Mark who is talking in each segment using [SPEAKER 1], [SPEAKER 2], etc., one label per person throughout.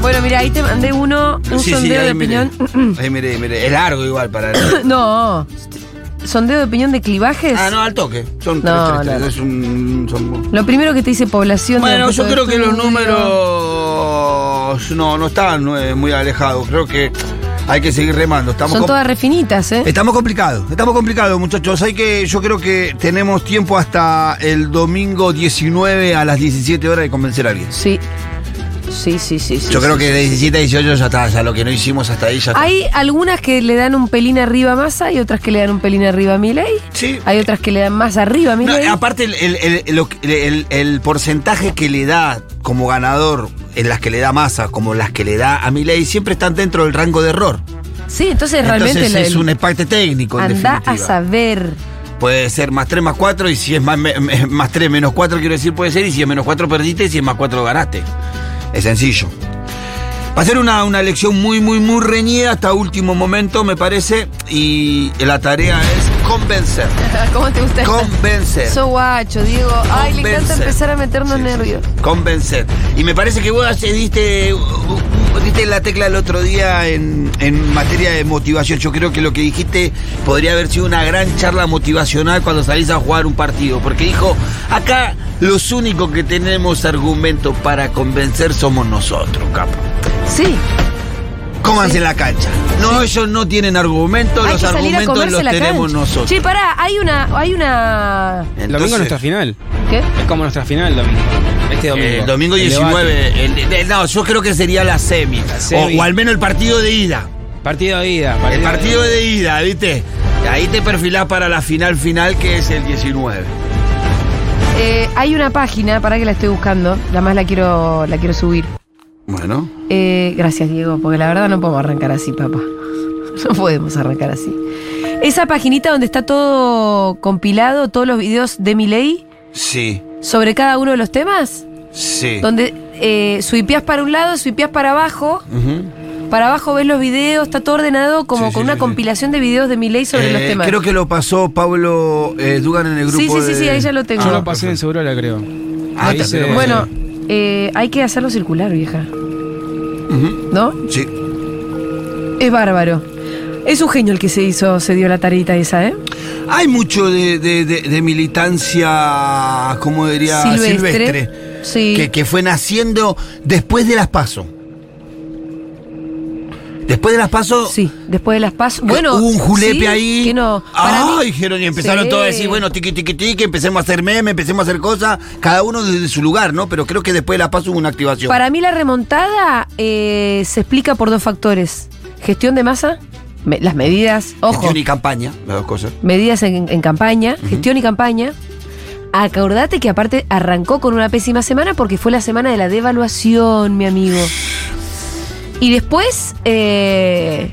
[SPEAKER 1] Bueno, mira, ahí te mandé uno, un
[SPEAKER 2] Sí, sí,
[SPEAKER 1] sondeo
[SPEAKER 2] ahí
[SPEAKER 1] de
[SPEAKER 2] miré.
[SPEAKER 1] opinión.
[SPEAKER 2] Ahí miré, miré. Es largo igual para.
[SPEAKER 1] no. Sondeo de opinión de clivajes.
[SPEAKER 2] ah, no, al toque. Son
[SPEAKER 1] No,
[SPEAKER 2] tres,
[SPEAKER 1] no.
[SPEAKER 2] tres, tres. Es un. son-
[SPEAKER 1] Lo primero que te dice población. de
[SPEAKER 2] Bueno,
[SPEAKER 1] objeto
[SPEAKER 2] yo
[SPEAKER 1] de
[SPEAKER 2] creo que los
[SPEAKER 1] estudio.
[SPEAKER 2] números. No, no están eh, muy alejados. Creo que hay que seguir remando. Estamos
[SPEAKER 1] Son
[SPEAKER 2] com-
[SPEAKER 1] todas refinitas, ¿eh?
[SPEAKER 2] Estamos complicados, estamos complicados, muchachos. Hay que, yo creo que tenemos tiempo hasta el domingo 19 a las 17 horas de convencer a alguien.
[SPEAKER 1] Sí. Sí, sí, sí. sí,
[SPEAKER 2] Yo creo
[SPEAKER 1] sí,
[SPEAKER 2] que
[SPEAKER 1] sí.
[SPEAKER 2] de 17 a 18 ya está, ya lo que no hicimos hasta ahí ya está.
[SPEAKER 1] Hay algunas que le dan un pelín arriba a Massa y otras que le dan un pelín arriba a Milei.
[SPEAKER 2] Sí.
[SPEAKER 1] Hay otras que le dan más arriba a
[SPEAKER 2] No,
[SPEAKER 1] Milei.
[SPEAKER 2] aparte, el, el- el- lo que- el- el porcentaje que le da como ganador en las que le da Massa, como las que le da a Milei, siempre están dentro del rango de error.
[SPEAKER 1] sí, entonces realmente la-
[SPEAKER 2] Entonces es un empate técnico, en
[SPEAKER 1] anda a
[SPEAKER 2] definitiva.
[SPEAKER 1] saber.
[SPEAKER 2] Puede ser más 3 más 4 y si es más, me- me- más 3 menos 4 quiero decir puede ser y si es menos 4 perdiste y si es más 4 ganaste. Es sencillo. Va a ser una, una elección muy, muy, muy reñida hasta último momento, me parece, y la tarea es convencer.
[SPEAKER 1] ¿Cómo te gusta?
[SPEAKER 2] Convencer.
[SPEAKER 1] So guacho, Diego. Ay, le encanta
[SPEAKER 2] Convencer.
[SPEAKER 1] empezar a meternos
[SPEAKER 2] Sí, sí,
[SPEAKER 1] nervios.
[SPEAKER 2] sí. Convencer. Y me parece que vos hace- diste, uh, uh, diste la tecla el otro día en, en materia de motivación. Yo creo que lo que dijiste podría haber sido una gran charla motivacional cuando salís a jugar un partido. Porque dijo, acá los únicos que tenemos argumentos para convencer somos nosotros, capo.
[SPEAKER 1] Sí,
[SPEAKER 2] Cómanse la cancha. No, ellos no tienen argumentos,
[SPEAKER 1] hay
[SPEAKER 2] los
[SPEAKER 1] que salir a
[SPEAKER 2] argumentos
[SPEAKER 1] comerse
[SPEAKER 2] los
[SPEAKER 1] la
[SPEAKER 2] tenemos
[SPEAKER 1] cancha.
[SPEAKER 2] nosotros.
[SPEAKER 1] Che, pará, hay una, hay una.
[SPEAKER 3] El domingo
[SPEAKER 2] Entonces,
[SPEAKER 3] es nuestra final.
[SPEAKER 1] ¿Qué?
[SPEAKER 3] Es como nuestra final el domingo. Este domingo.
[SPEAKER 2] El Eh, domingo
[SPEAKER 3] El debate.
[SPEAKER 2] 19. el- el- no, yo creo que sería la semi.
[SPEAKER 3] semi.
[SPEAKER 2] O, o al menos el partido de ida.
[SPEAKER 3] Partido de ida.
[SPEAKER 2] El partido de ida, ¿viste? Ahí te perfilás para la final final que es el 19.
[SPEAKER 1] Eh, hay una página, para que la estoy buscando. La más la quiero, la quiero subir.
[SPEAKER 2] Bueno.
[SPEAKER 1] Eh, gracias, Diego, porque la verdad no podemos arrancar así, papá. No podemos arrancar así. Esa paginita donde está todo compilado, todos los videos de Milei
[SPEAKER 2] Sí,
[SPEAKER 1] sobre cada uno de los temas,
[SPEAKER 2] sí.
[SPEAKER 1] donde eh, suipeás para un lado, suipeás para abajo,
[SPEAKER 2] Ujú.
[SPEAKER 1] para abajo ves los videos, está todo ordenado como
[SPEAKER 2] Sí,
[SPEAKER 1] con
[SPEAKER 2] sí,
[SPEAKER 1] una
[SPEAKER 2] sí, sí.
[SPEAKER 1] compilación de videos de Milei sobre los
[SPEAKER 2] Eh,
[SPEAKER 1] temas.
[SPEAKER 2] Creo que lo pasó Pablo eh, Dugan en el
[SPEAKER 1] Sí,
[SPEAKER 2] grupo.
[SPEAKER 1] sí, sí,
[SPEAKER 2] de-
[SPEAKER 1] sí, ahí ya lo tengo.
[SPEAKER 3] Yo Ah, lo pasé en seguro, la creo.
[SPEAKER 2] Ah,
[SPEAKER 3] Ahí
[SPEAKER 2] también
[SPEAKER 3] se-
[SPEAKER 2] lo pasé.
[SPEAKER 1] Bueno, eh, hay que hacerlo circular, vieja.
[SPEAKER 2] Ujú.
[SPEAKER 1] ¿No?
[SPEAKER 2] Sí.
[SPEAKER 1] Es bárbaro. Es un genio el que se hizo, se dio la tarita esa, ¿eh?
[SPEAKER 2] Hay mucho de, de- de- de militancia, como diría
[SPEAKER 1] Silvestre.
[SPEAKER 2] Silvestre,
[SPEAKER 1] Sí.
[SPEAKER 2] que, que fue naciendo después de las PASO. Después de las PASO,
[SPEAKER 1] Sí, después de las PASO. Bueno,
[SPEAKER 2] hubo un julepe
[SPEAKER 1] sí,
[SPEAKER 2] ahí.
[SPEAKER 1] Que no. Para
[SPEAKER 2] ah,
[SPEAKER 1] mí-
[SPEAKER 2] dijeron y empezaron
[SPEAKER 1] Sí.
[SPEAKER 2] todos a decir, bueno, tiqui, tiqui, tiqui, empecemos a hacer memes, empecemos a hacer cosas, cada uno desde su lugar, ¿no? Pero creo que después de la paz hubo una activación.
[SPEAKER 1] Para mí la remontada eh, se explica por dos factores. Gestión de masa, me- las medidas, ojo,
[SPEAKER 2] Gestión y campaña, las dos cosas.
[SPEAKER 1] medidas en, en campaña, gestión y campaña. Acordate que aparte arrancó con una pésima semana porque fue la semana de la devaluación, mi amigo. Y después eh,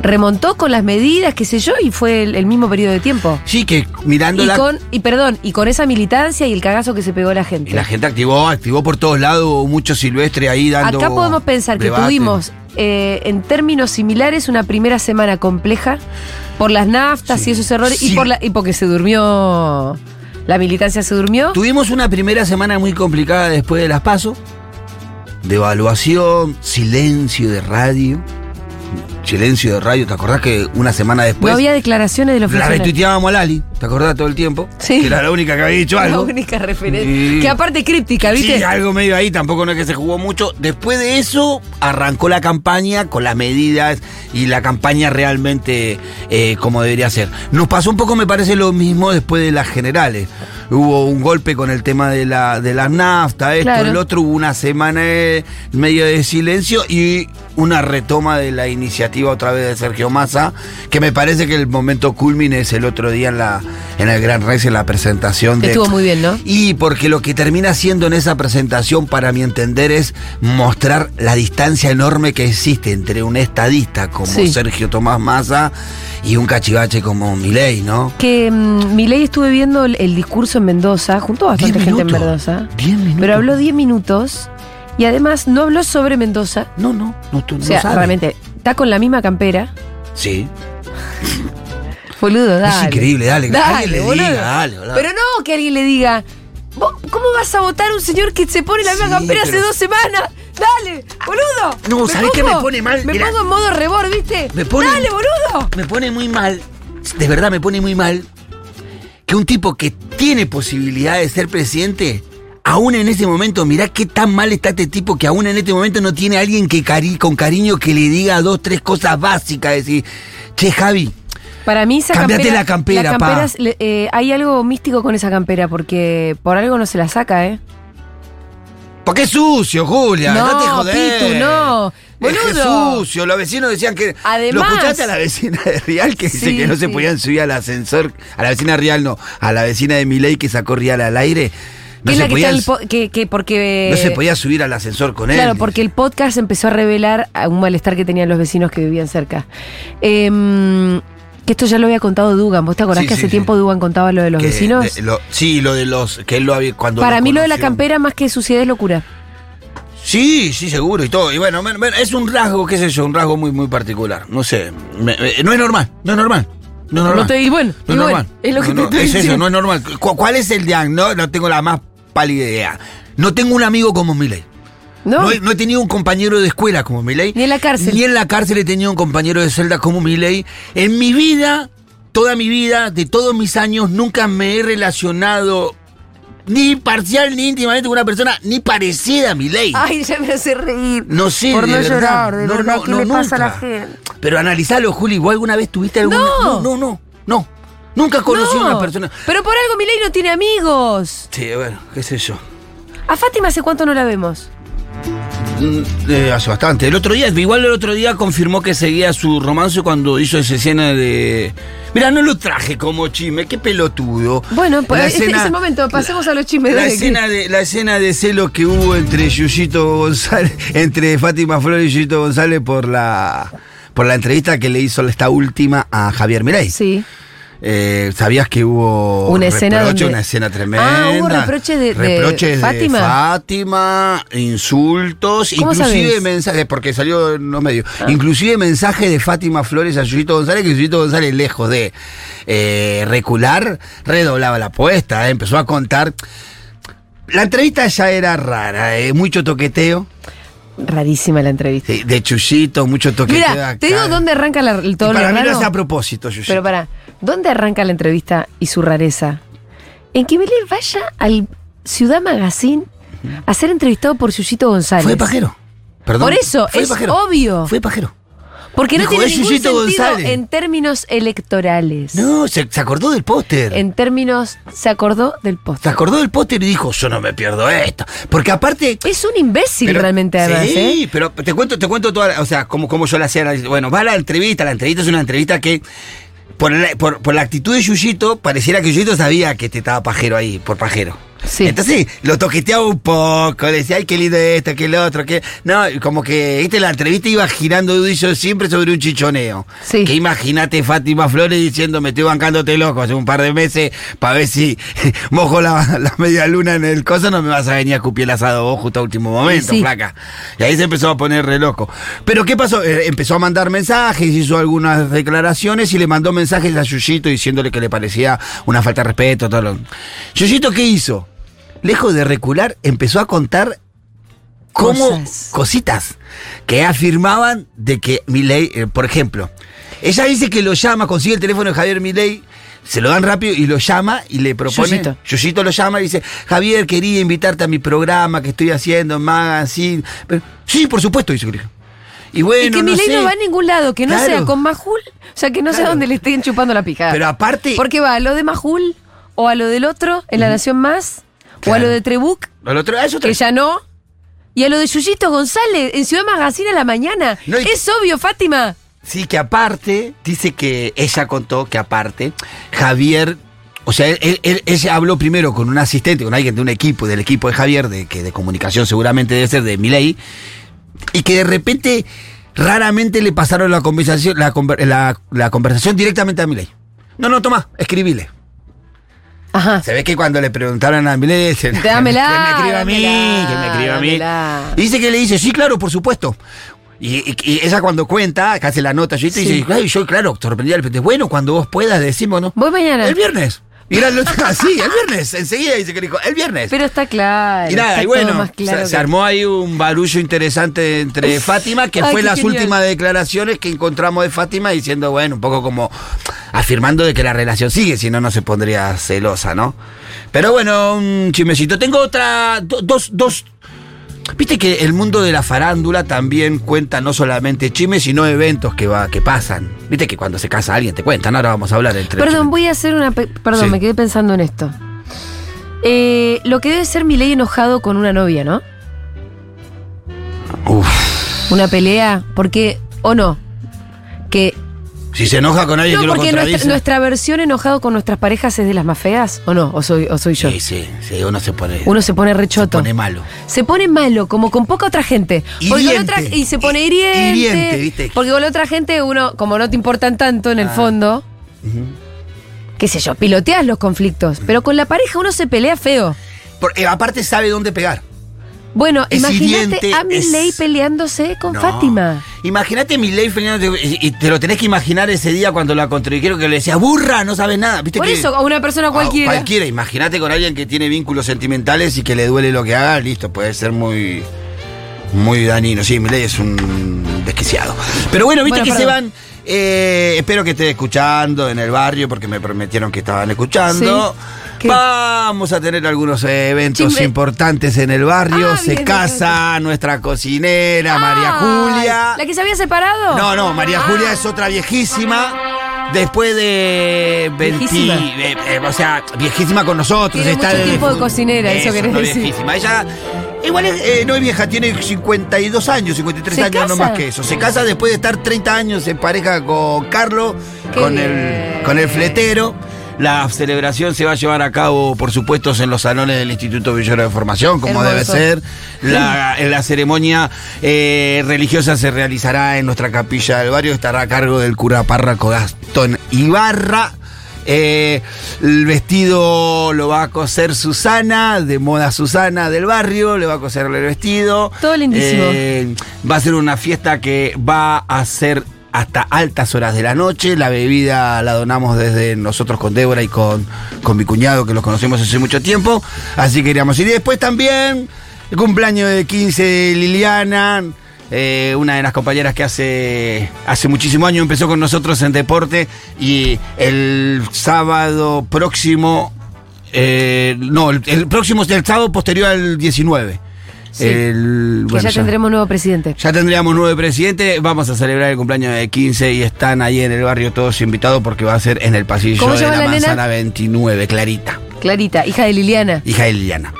[SPEAKER 1] remontó con las medidas, qué sé yo, y fue el- el mismo periodo de tiempo.
[SPEAKER 2] Sí, que mirando
[SPEAKER 1] Y
[SPEAKER 2] la...
[SPEAKER 1] con, y perdón, y con esa militancia y el cagazo que se pegó la gente.
[SPEAKER 2] y la gente activó, activó por todos lados, hubo mucho silvestre ahí dando...
[SPEAKER 1] Acá podemos pensar que
[SPEAKER 2] debate.
[SPEAKER 1] tuvimos, eh, en términos similares, una primera semana compleja por las naftas
[SPEAKER 2] Sí.
[SPEAKER 1] y esos errores y,
[SPEAKER 2] Sí.
[SPEAKER 1] por la, y porque se durmió, la militancia se durmió.
[SPEAKER 2] Tuvimos una primera semana muy complicada después de las PASO. Devaluación, silencio de radio. Silencio de radio, ¿te acordás que una semana después...
[SPEAKER 1] no había declaraciones de los
[SPEAKER 2] pues, La
[SPEAKER 1] funcionarios.
[SPEAKER 2] retuiteábamos a Lali, ¿te acordás todo el tiempo?
[SPEAKER 1] Sí.
[SPEAKER 2] Que era la única que había dicho
[SPEAKER 1] La
[SPEAKER 2] algo.
[SPEAKER 1] única referencia.
[SPEAKER 2] Sí.
[SPEAKER 1] Que aparte es críptica, ¿viste?
[SPEAKER 2] Sí, algo medio ahí, tampoco no es que se jugó mucho. Después de eso, arrancó la campaña con las medidas y la campaña realmente eh, como debería ser. Nos pasó un poco, me parece, lo mismo después de las generales. Hubo un golpe con el tema de la, de la nafta, esto,
[SPEAKER 1] Claro.
[SPEAKER 2] el otro, hubo una semana eh, medio de silencio y una retoma de la iniciativa otra vez de Sergio Massa, que me parece que el momento culmine es el otro día en la en el Gran Rex, en la presentación
[SPEAKER 1] Que
[SPEAKER 2] de...
[SPEAKER 1] estuvo muy bien, ¿no?
[SPEAKER 2] Y porque lo que termina haciendo en esa presentación, para mi entender, es mostrar la distancia enorme que existe entre un estadista como
[SPEAKER 1] Sí.
[SPEAKER 2] Sergio Tomás Massa y un cachivache como Milei, ¿no?
[SPEAKER 1] Que mm, Milei estuve viendo el, el discurso en Mendoza, junto a bastante
[SPEAKER 2] Diez
[SPEAKER 1] gente en
[SPEAKER 2] minutos.
[SPEAKER 1] Mendoza.
[SPEAKER 2] Diez minutos.
[SPEAKER 1] Pero habló 10 minutos y además no habló sobre Mendoza.
[SPEAKER 2] No, no, no, tú
[SPEAKER 1] O
[SPEAKER 2] no
[SPEAKER 1] sea,
[SPEAKER 2] sabes.
[SPEAKER 1] realmente, está con la misma campera.
[SPEAKER 2] Sí.
[SPEAKER 1] Boludo, dale.
[SPEAKER 2] Es increíble, dale. que
[SPEAKER 1] Dale,
[SPEAKER 2] alguien le
[SPEAKER 1] boludo.
[SPEAKER 2] diga, dale, boludo.
[SPEAKER 1] Pero no que alguien le diga, "Vos, ¿cómo vas a votar a un señor que se pone la misma
[SPEAKER 2] Sí,
[SPEAKER 1] campera hace
[SPEAKER 2] pero-
[SPEAKER 1] dos semanas? ¡Dale, boludo!
[SPEAKER 2] No, ¿sabés qué me pone mal?
[SPEAKER 1] Me
[SPEAKER 2] Mirá.
[SPEAKER 1] pongo en modo rebord, ¿viste?
[SPEAKER 2] Me pone-
[SPEAKER 1] ¡Dale, boludo!
[SPEAKER 2] Me pone muy mal, de verdad me pone muy mal, que un tipo que tiene posibilidad de ser presidente, aún en ese momento, mirá qué tan mal está este tipo que aún en este momento no tiene alguien que cari- con cariño que le diga dos, tres cosas básicas, decir, che Javi,
[SPEAKER 1] Para mí esa
[SPEAKER 2] Cambiate
[SPEAKER 1] campera...
[SPEAKER 2] la campera,
[SPEAKER 1] la campera
[SPEAKER 2] pa.
[SPEAKER 1] es- le- eh, hay algo místico con esa campera, porque por algo no se la saca, ¿eh?
[SPEAKER 2] ¿por qué es sucio, Julia?
[SPEAKER 1] No,
[SPEAKER 2] te joder.
[SPEAKER 1] Pitu, no.
[SPEAKER 2] Es que es
[SPEAKER 1] Boludo.
[SPEAKER 2] sucio, los vecinos decían que...
[SPEAKER 1] Además-
[SPEAKER 2] ¿Lo escuchaste a la vecina de Rial que dice
[SPEAKER 1] Sí,
[SPEAKER 2] que no se
[SPEAKER 1] sí.
[SPEAKER 2] podían subir al ascensor? A la vecina de Rial no, a la vecina de Milei que sacó Rial al aire. No
[SPEAKER 1] es
[SPEAKER 2] se
[SPEAKER 1] la que está
[SPEAKER 2] podían
[SPEAKER 1] el po- que, que porque...
[SPEAKER 2] No se podía subir al ascensor con él.
[SPEAKER 1] Eh, Claro, porque el podcast empezó a revelar a un malestar que tenían los vecinos que vivían cerca. Em, que esto ya lo había contado Dugan. ¿Vos te acordás
[SPEAKER 2] Sí,
[SPEAKER 1] que
[SPEAKER 2] sí,
[SPEAKER 1] hace
[SPEAKER 2] sí.
[SPEAKER 1] tiempo Dugan contaba lo de los
[SPEAKER 2] Que
[SPEAKER 1] vecinos?
[SPEAKER 2] de- lo- sí, lo de los. que él lo había. Cuando
[SPEAKER 1] Para mí lo de la
[SPEAKER 2] conoció.
[SPEAKER 1] campera más que suciedad es locura.
[SPEAKER 2] Sí, sí, seguro y todo. Y bueno, men- men- es un rasgo, qué sé yo, un rasgo muy, muy particular. No sé. me- me- no es normal, no es normal. No es normal.
[SPEAKER 1] No te- y bueno,
[SPEAKER 2] No
[SPEAKER 1] y
[SPEAKER 2] es
[SPEAKER 1] bueno,
[SPEAKER 2] normal.
[SPEAKER 1] es lo que
[SPEAKER 2] No,
[SPEAKER 1] te
[SPEAKER 2] no,
[SPEAKER 1] estoy
[SPEAKER 2] es eso,
[SPEAKER 1] diciendo.
[SPEAKER 2] no es normal. ¿Cu- ¿Cuál es el diagnóstico? No tengo la más pálida idea. No tengo un amigo como Miley.
[SPEAKER 1] ¿No?
[SPEAKER 2] No he, no he tenido un compañero de escuela como Milei.
[SPEAKER 1] Ni en la cárcel.
[SPEAKER 2] Ni en la cárcel he tenido un compañero de celda como Milei. En mi vida, toda mi vida, de todos mis años, nunca me he relacionado ni parcial ni íntimamente con una persona ni parecida a Milei.
[SPEAKER 1] Ay, ya me hace reír.
[SPEAKER 2] No sé,
[SPEAKER 1] Por
[SPEAKER 2] de
[SPEAKER 1] no
[SPEAKER 2] verdad.
[SPEAKER 1] llorar, de
[SPEAKER 2] No,
[SPEAKER 1] verdad,
[SPEAKER 2] no,
[SPEAKER 1] ¿qué
[SPEAKER 2] no,
[SPEAKER 1] le pasa a la
[SPEAKER 2] nunca.
[SPEAKER 1] gente?
[SPEAKER 2] Pero analizalo, Juli. ¿Vos alguna vez tuviste alguna...?
[SPEAKER 1] No.
[SPEAKER 2] No, no, no. no. Nunca conocí a una persona...
[SPEAKER 1] Pero por algo Milei no tiene amigos.
[SPEAKER 2] Sí, bueno, qué sé yo.
[SPEAKER 1] A Fátima hace cuánto no la vemos.
[SPEAKER 2] Mm, eh, hace bastante. El otro día, igual el otro día confirmó que seguía su romance cuando hizo esa escena de. Mira, no lo traje como chisme, qué pelotudo.
[SPEAKER 1] Bueno, pues,
[SPEAKER 2] La
[SPEAKER 1] este- ese momento, pasemos a los chismes,
[SPEAKER 2] La,
[SPEAKER 1] dale,
[SPEAKER 2] escena de, la escena de celos que hubo entre Yuyito González, entre Fátima Flores y Yuyito González por la. Por la entrevista que le hizo esta última a Javier Mirey.
[SPEAKER 1] Sí.
[SPEAKER 2] Eh, ¿Sabías que hubo
[SPEAKER 1] Una escena
[SPEAKER 2] reproche,
[SPEAKER 1] donde-
[SPEAKER 2] una escena tremenda?
[SPEAKER 1] Ah, hubo reproche de- de
[SPEAKER 2] Reproches
[SPEAKER 1] Fátima.
[SPEAKER 2] Fátima, insultos,
[SPEAKER 1] ¿Cómo Ah.
[SPEAKER 2] inclusive
[SPEAKER 1] sabés?
[SPEAKER 2] mensajes, eh, porque salió en los medios, inclusive mensajes de Fátima Flores a Yuyito González, que Yuyito González, lejos de eh, recular, redoblaba la apuesta, eh, empezó a contar. La entrevista ya era rara, eh, mucho toqueteo
[SPEAKER 1] Rarísima la entrevista.
[SPEAKER 2] de, de Chuyito, mucho toqueteo.
[SPEAKER 1] Mira, te
[SPEAKER 2] acá.
[SPEAKER 1] digo dónde arranca la, el todo
[SPEAKER 2] Y
[SPEAKER 1] lo
[SPEAKER 2] para mí lo
[SPEAKER 1] raro.
[SPEAKER 2] hace a propósito, Yuyito.
[SPEAKER 1] Pero para, ¿dónde arranca la entrevista y su rareza? En que Belén vaya al Ciudad Magazine a ser entrevistado por Yuyito González.
[SPEAKER 2] Fue pajero. Perdón.
[SPEAKER 1] Por eso,
[SPEAKER 2] Fue
[SPEAKER 1] es obvio.
[SPEAKER 2] Fue pajero.
[SPEAKER 1] Porque no
[SPEAKER 2] Dijo,
[SPEAKER 1] tiene
[SPEAKER 2] "Es
[SPEAKER 1] ningún
[SPEAKER 2] Yuyito
[SPEAKER 1] sentido
[SPEAKER 2] González".
[SPEAKER 1] en términos electorales.
[SPEAKER 2] No, se, se acordó del póster.
[SPEAKER 1] En términos, se acordó del
[SPEAKER 2] Se
[SPEAKER 1] post.
[SPEAKER 2] acordó del póster y dijo, yo no me pierdo esto. Porque aparte...
[SPEAKER 1] Es un imbécil
[SPEAKER 2] pero-
[SPEAKER 1] realmente, además,
[SPEAKER 2] sí,
[SPEAKER 1] ¿eh?
[SPEAKER 2] pero te cuento, te cuento toda, la- o sea, como, como yo la hacía. la- Bueno, va la entrevista, la entrevista es una entrevista que... Por la, por, por la actitud de Yuyito, pareciera que Yuyito sabía que te estaba pajero ahí, por pajero.
[SPEAKER 1] Sí.
[SPEAKER 2] Entonces lo toqueteaba un poco, le decía, ay, qué lindo esto, qué lo otro, qué. No, y como que, viste, la entrevista iba girando Yuyito siempre sobre un chichoneo.
[SPEAKER 1] Sí.
[SPEAKER 2] Que imagínate Fátima Flores diciendo, me estoy bancándote loco hace un par de meses para ver si mojo la, la media luna en el coso, no me vas a venir a escupir el asado vos justo a último momento,
[SPEAKER 1] Sí.
[SPEAKER 2] flaca. Y ahí se empezó a poner re loco. Pero ¿qué pasó? Eh, empezó a mandar mensajes, hizo algunas declaraciones y le mandó mensajes a Yuyito diciéndole que le parecía una falta de respeto, todo lo... Yuyito, ¿qué hizo? Lejos de recular, empezó a contar como
[SPEAKER 1] Cosas.
[SPEAKER 2] cositas que afirmaban de que Milei, eh, por ejemplo, ella dice que lo llama, consigue el teléfono de Javier Milei, se lo dan rápido y lo llama y le propone.
[SPEAKER 1] Yuyito.
[SPEAKER 2] Yuyito lo llama y dice, Javier, quería invitarte a mi programa que estoy haciendo en Magazine. Pero, sí, por supuesto, dice Cristian. Y bueno,
[SPEAKER 1] y que
[SPEAKER 2] no
[SPEAKER 1] Milei
[SPEAKER 2] sé,
[SPEAKER 1] no va a ningún lado, que no
[SPEAKER 2] Claro.
[SPEAKER 1] sea con Majul, o sea, que no sea
[SPEAKER 2] Claro.
[SPEAKER 1] donde le estén chupando la pijada.
[SPEAKER 2] Pero aparte,
[SPEAKER 1] Porque va a lo de Majul, o a lo del otro, en La Nación Más, o a
[SPEAKER 2] Claro.
[SPEAKER 1] lo de Trebuc,
[SPEAKER 2] al otro- ah, es otra-
[SPEAKER 1] que ya no. Y a lo de Yuyito González en Ciudad Magazine a la mañana.
[SPEAKER 2] No, y-
[SPEAKER 1] Es obvio, Fátima.
[SPEAKER 2] Sí, que aparte, dice que ella contó que aparte, Javier, o sea, él- él- ella habló primero con un asistente, con alguien de un equipo, del equipo de Javier, de, que de comunicación seguramente debe ser de Milei, y que de repente, raramente le pasaron la conversación, la, conver- la- la conversación directamente a Milei. No, no, toma, escribile.
[SPEAKER 1] Ajá.
[SPEAKER 2] Se ve que cuando le preguntaron a Milei, dice,
[SPEAKER 1] Dámela,
[SPEAKER 2] que me escriba a mí,
[SPEAKER 1] dámela,
[SPEAKER 2] que me escriba a mí.
[SPEAKER 1] dámela.
[SPEAKER 2] Y dice que le dice, sí, claro, por supuesto. Y, y- y ella cuando cuenta, que hace la nota, yo
[SPEAKER 1] Sí.
[SPEAKER 2] dice, "Ay, yo claro, sorprendida, le dice, bueno, cuando vos puedas, decimos, ¿no?
[SPEAKER 1] Voy mañana.
[SPEAKER 2] El viernes. Y era el otro- ah, sí, el viernes, enseguida dice que dijo, el viernes.
[SPEAKER 1] Pero está claro.
[SPEAKER 2] y nada,
[SPEAKER 1] está
[SPEAKER 2] y
[SPEAKER 1] todo
[SPEAKER 2] bueno,
[SPEAKER 1] más claro
[SPEAKER 2] se,
[SPEAKER 1] que-
[SPEAKER 2] se armó ahí un barullo interesante entre Fátima, que
[SPEAKER 1] Ay,
[SPEAKER 2] fue
[SPEAKER 1] qué
[SPEAKER 2] las
[SPEAKER 1] genial.
[SPEAKER 2] últimas declaraciones que encontramos de Fátima diciendo, bueno, un poco como afirmando de que la relación sigue, si no, no se pondría celosa, ¿no? Pero bueno, un chimecito. Tengo otra, do- dos, dos, Viste que el mundo de la farándula también cuenta no solamente chimes, sino eventos que, va, que pasan. Viste que cuando se casa alguien te cuentan, ahora vamos a hablar entre...
[SPEAKER 1] Perdón, voy a hacer una. pe- Perdón,
[SPEAKER 2] Sí.
[SPEAKER 1] me quedé pensando en esto. Eh, lo que debe ser mi ley enojado con una novia, ¿no?
[SPEAKER 2] Uf,
[SPEAKER 1] Una pelea, porque. ¿O no? Que.
[SPEAKER 2] si se enoja con alguien
[SPEAKER 1] No,
[SPEAKER 2] que lo
[SPEAKER 1] porque nuestra,
[SPEAKER 2] contradice...
[SPEAKER 1] nuestra versión enojado con nuestras parejas es de las más feas, ¿o no? ¿O soy, o soy yo?
[SPEAKER 2] Sí, sí, sí, uno se pone...
[SPEAKER 1] Uno se pone rechoto.
[SPEAKER 2] pone malo.
[SPEAKER 1] Se pone malo, como con poca otra gente. Porque con
[SPEAKER 2] Hiriente.
[SPEAKER 1] otra- y se pone
[SPEAKER 2] Hi-
[SPEAKER 1] hiriente.
[SPEAKER 2] hiriente, ¿viste? Ah.
[SPEAKER 1] Porque con la otra gente, uno, como no te importan tanto en el fondo, qué sé yo, piloteas los conflictos. Pero con la pareja uno se pelea feo.
[SPEAKER 2] Por- eh, aparte sabe dónde pegar.
[SPEAKER 1] Bueno,
[SPEAKER 2] Es
[SPEAKER 1] imagínate
[SPEAKER 2] hiriente,
[SPEAKER 1] a Milei
[SPEAKER 2] es-
[SPEAKER 1] peleándose con
[SPEAKER 2] No.
[SPEAKER 1] Fátima.
[SPEAKER 2] Imagínate mi ley y y te lo tenés que imaginar ese día cuando la contradijeron que le decía, burra, no sabes nada. ¿Viste
[SPEAKER 1] Por
[SPEAKER 2] que-
[SPEAKER 1] eso, a una persona cualquiera.
[SPEAKER 2] A cualquiera, imagínate con alguien que tiene vínculos sentimentales y que le duele lo que haga, listo, puede ser muy. Muy danino. Sí, Milei es un desquiciado. Pero bueno, viste
[SPEAKER 1] Bueno,
[SPEAKER 2] que se
[SPEAKER 1] perdón.
[SPEAKER 2] van. eh, espero que esté escuchando en el barrio porque me prometieron que estaban escuchando.
[SPEAKER 1] Sí. ¿Qué?
[SPEAKER 2] Vamos a tener algunos eventos
[SPEAKER 1] Chisme.
[SPEAKER 2] importantes en el barrio.
[SPEAKER 1] Ah,
[SPEAKER 2] se
[SPEAKER 1] bien,
[SPEAKER 2] casa nuestra cocinera, María
[SPEAKER 1] Ay,
[SPEAKER 2] Julia.
[SPEAKER 1] ¿La que se había separado?
[SPEAKER 2] No, no, María
[SPEAKER 1] Ah.
[SPEAKER 2] Julia es otra viejísima. Después de 20,
[SPEAKER 1] Viejísima.
[SPEAKER 2] eh, eh, o sea, viejísima con nosotros.
[SPEAKER 1] Tiene mucho
[SPEAKER 2] desde-
[SPEAKER 1] tiempo de cocinera, eso querés
[SPEAKER 2] no
[SPEAKER 1] decir.
[SPEAKER 2] viejísima. Ella igual es, eh, no es vieja, tiene 52 años, 53
[SPEAKER 1] ¿Se
[SPEAKER 2] años, no
[SPEAKER 1] casa?
[SPEAKER 2] más que eso. Se casa después de estar 30 años en pareja con Carlos,
[SPEAKER 1] Qué
[SPEAKER 2] con
[SPEAKER 1] bien.
[SPEAKER 2] el, con el fletero. La celebración se va a llevar a cabo, por supuesto, en los salones del Instituto Villoro de Formación, como debe
[SPEAKER 1] Hermoso.
[SPEAKER 2] ser. La, la ceremonia eh, religiosa se realizará en nuestra capilla del barrio, estará a cargo del cura párroco Gastón Ibarra. Eh, el vestido lo va a coser Susana, de moda Susana del barrio, le va a coser el vestido.
[SPEAKER 1] Todo lindísimo.
[SPEAKER 2] Eh, va a ser una fiesta que va a ser hasta altas horas de la noche. La bebida la donamos desde nosotros con Débora y con, con mi cuñado, que los conocemos hace mucho tiempo. Así que queríamos ir. Y después también, el cumpleaños de 15 de Liliana. eh, una de las compañeras que hace, hace muchísimo año empezó con nosotros en deporte y el sábado próximo, eh, no, el, el próximo, el sábado posterior al 19.
[SPEAKER 1] Sí.
[SPEAKER 2] El-
[SPEAKER 1] Que
[SPEAKER 2] bueno,
[SPEAKER 1] ya tendremos nuevo presidente.
[SPEAKER 2] ya tendríamos nueve presidentes, vamos a celebrar el cumpleaños de 15 y están ahí en el barrio todos invitados porque va a ser en el pasillo
[SPEAKER 1] ¿Cómo
[SPEAKER 2] de
[SPEAKER 1] se llama
[SPEAKER 2] la
[SPEAKER 1] la nena?
[SPEAKER 2] manzana 29, Clarita,
[SPEAKER 1] Clarita, hija de Liliana.
[SPEAKER 2] hija de Liliana.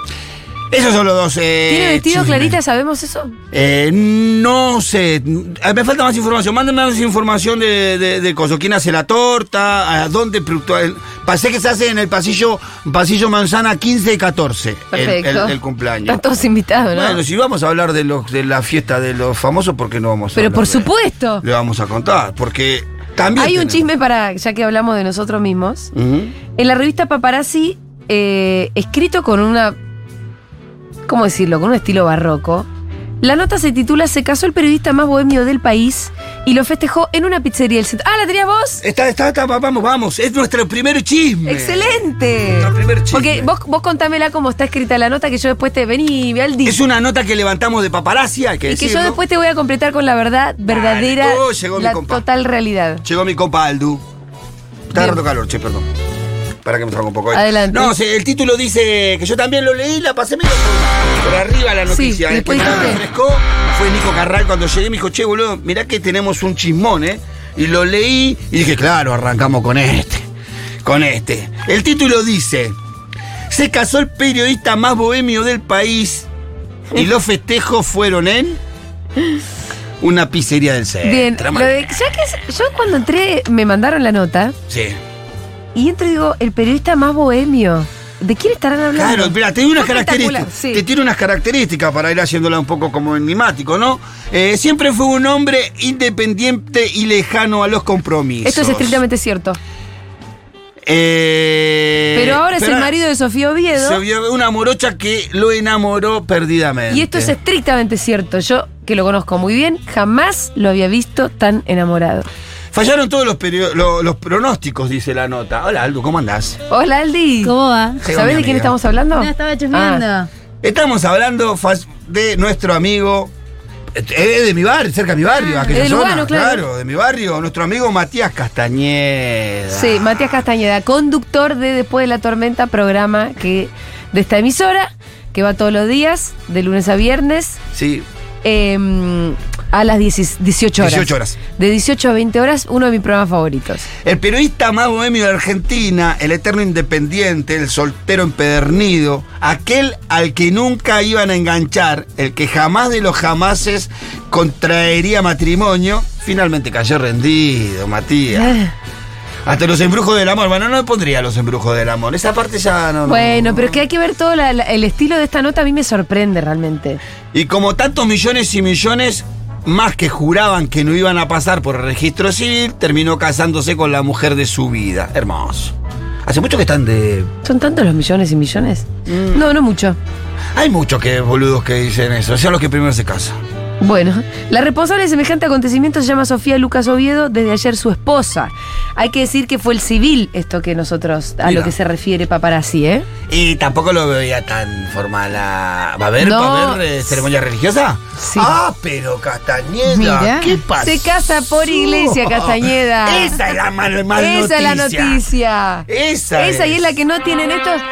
[SPEAKER 2] Esos son los dos. eh,
[SPEAKER 1] ¿Tiene vestido
[SPEAKER 2] chismes.
[SPEAKER 1] Clarita? ¿Sabemos eso?
[SPEAKER 2] Eh, no sé, Ah, me falta más información, mándenme más información de, de, de coso. ¿Quién hace la torta? ¿A dónde? producto- el- Pasé que se hace en el pasillo, pasillo manzana 15 y 14, el- el-
[SPEAKER 1] Perfecto.
[SPEAKER 2] El, cumpleaños.
[SPEAKER 1] Están todos invitados, ¿no?
[SPEAKER 2] Bueno, si vamos a hablar de, los, de la fiesta de los famosos, ¿por qué no vamos a
[SPEAKER 1] Pero
[SPEAKER 2] hablar
[SPEAKER 1] por
[SPEAKER 2] de-
[SPEAKER 1] supuesto.
[SPEAKER 2] Le vamos a contar, porque también.
[SPEAKER 1] Hay un
[SPEAKER 2] tenemos-
[SPEAKER 1] chisme para, ya que hablamos de nosotros mismos.
[SPEAKER 2] Ujú.
[SPEAKER 1] En la revista Paparazzi, eh, escrito con una. ¿Cómo decirlo? Con un estilo barroco. La nota se titula Se casó el periodista más bohemio del país y lo festejó en una pizzería del centro. ¡Ah, la tenías vos!
[SPEAKER 2] Está, está, está, va- vamos, vamos. Es nuestro primer chisme.
[SPEAKER 1] ¡Excelente!
[SPEAKER 2] Nuestro primer chisme.
[SPEAKER 1] Porque vos, vos contámela cómo está escrita la nota que yo después te vení ve al día.
[SPEAKER 2] Es una nota que levantamos de paparazzi, hay que
[SPEAKER 1] Y que yo
[SPEAKER 2] decirlo.
[SPEAKER 1] después te voy a completar con la verdad verdadera,
[SPEAKER 2] oh, llegó mi
[SPEAKER 1] la
[SPEAKER 2] compa.
[SPEAKER 1] total realidad.
[SPEAKER 2] Llegó mi compa Aldu.
[SPEAKER 1] Bien.
[SPEAKER 2] Está agarrando calor, che, perdón. Para que me salga un poco. eh.
[SPEAKER 1] Adelante.
[SPEAKER 2] No, se- el título dice que yo también lo leí, la pasé medio por, por arriba la noticia.
[SPEAKER 1] Sí,
[SPEAKER 2] Después
[SPEAKER 1] después
[SPEAKER 2] me
[SPEAKER 1] dije-
[SPEAKER 2] refrescó. Fue Nico Carral cuando llegué, me dijo, che, boludo, mirá que tenemos un chismón, ¿eh? Y lo leí y dije, claro, arrancamos con este. Con este. El título dice: Se casó el periodista más bohemio del país y los festejos fueron en. Una pizzería del centro.
[SPEAKER 1] Bien,
[SPEAKER 2] Mamá.
[SPEAKER 1] lo de- ya que es- yo cuando entré me mandaron la nota
[SPEAKER 2] Sí.
[SPEAKER 1] y entro y digo, el periodista más bohemio. ¿De quién estarán hablando?
[SPEAKER 2] Claro, mira, te doy unas
[SPEAKER 1] Fue espectacular,
[SPEAKER 2] características.
[SPEAKER 1] sí.
[SPEAKER 2] Te tiene unas características para ir haciéndola un poco como enigmático, ¿no? Eh, siempre fue un hombre independiente y lejano a los compromisos.
[SPEAKER 1] Esto es estrictamente cierto.
[SPEAKER 2] Eh,
[SPEAKER 1] Pero ahora es el marido de Sofía Oviedo
[SPEAKER 2] Se vio una morocha que lo enamoró perdidamente.
[SPEAKER 1] y esto es estrictamente cierto. Yo, que lo conozco muy bien, jamás lo había visto tan enamorado.
[SPEAKER 2] Fallaron todos los, perio- lo- los pronósticos, dice la nota. Hola, Aldo, ¿cómo andás?
[SPEAKER 1] Hola, Aldi.
[SPEAKER 4] ¿Cómo va?
[SPEAKER 2] Llegó mi
[SPEAKER 1] ¿Sabés de quién
[SPEAKER 2] amiga.
[SPEAKER 1] estamos hablando?
[SPEAKER 4] No, estaba chusmeando.
[SPEAKER 1] Ah,
[SPEAKER 2] Estamos hablando fas- de nuestro amigo. eh, eh, de mi barrio, cerca de mi barrio, aquella
[SPEAKER 1] de
[SPEAKER 2] zona,
[SPEAKER 1] Lugano, Ah, claro.
[SPEAKER 2] de mi barrio, nuestro amigo Matías Castañeda.
[SPEAKER 1] sí, Matías Castañeda, conductor de Después de la Tormenta, programa que de esta emisora, que va todos los días, de lunes a viernes,
[SPEAKER 2] Sí,
[SPEAKER 1] eh, a las 10 18 horas.
[SPEAKER 2] 18 horas.
[SPEAKER 1] De 18 a 20 horas, uno de mis programas favoritos.
[SPEAKER 2] El periodista más bohemio de Argentina, el eterno independiente, el soltero empedernido, aquel al que nunca iban a enganchar, el que jamás de los jamases contraería matrimonio, finalmente cayó rendido,
[SPEAKER 1] Ah.
[SPEAKER 2] Matías. Hasta los embrujos del amor. Bueno, no me pondría los embrujos del amor. Esa parte ya no. no-
[SPEAKER 1] Bueno, pero es que hay que ver todo la- la- el estilo de esta nota, a mí me sorprende realmente.
[SPEAKER 2] Y como tantos millones y millones más que juraban que no iban a pasar por el registro civil, terminó casándose con la mujer de su vida. Hermoso. Hace mucho que están de
[SPEAKER 1] ¿Son tantos los millones y millones?
[SPEAKER 2] Mm.
[SPEAKER 1] No, no mucho.
[SPEAKER 2] Hay muchos que boludos que dicen eso, son los que primero se casan.
[SPEAKER 1] Bueno, la responsable de semejante acontecimiento se llama Sofía Lucas Oviedo, desde ayer su esposa. Hay que decir que fue el civil esto que nosotros, a
[SPEAKER 2] Mira.
[SPEAKER 1] lo que se refiere paparazzi, ¿eh?
[SPEAKER 2] Y tampoco lo veía tan formal a... ¿Va a haber,
[SPEAKER 1] No.
[SPEAKER 2] va a haber eh, ceremonia religiosa?
[SPEAKER 1] Sí.
[SPEAKER 2] Ah, pero Castañeda,
[SPEAKER 4] Mirá.
[SPEAKER 2] ¿qué pasa?
[SPEAKER 1] Se casa por iglesia, Castañeda.
[SPEAKER 2] Esa es la mal- mal
[SPEAKER 1] Esa es la
[SPEAKER 2] noticia.
[SPEAKER 1] noticia.
[SPEAKER 2] Esa
[SPEAKER 1] Esa y
[SPEAKER 2] es.
[SPEAKER 1] es la que no tienen estos.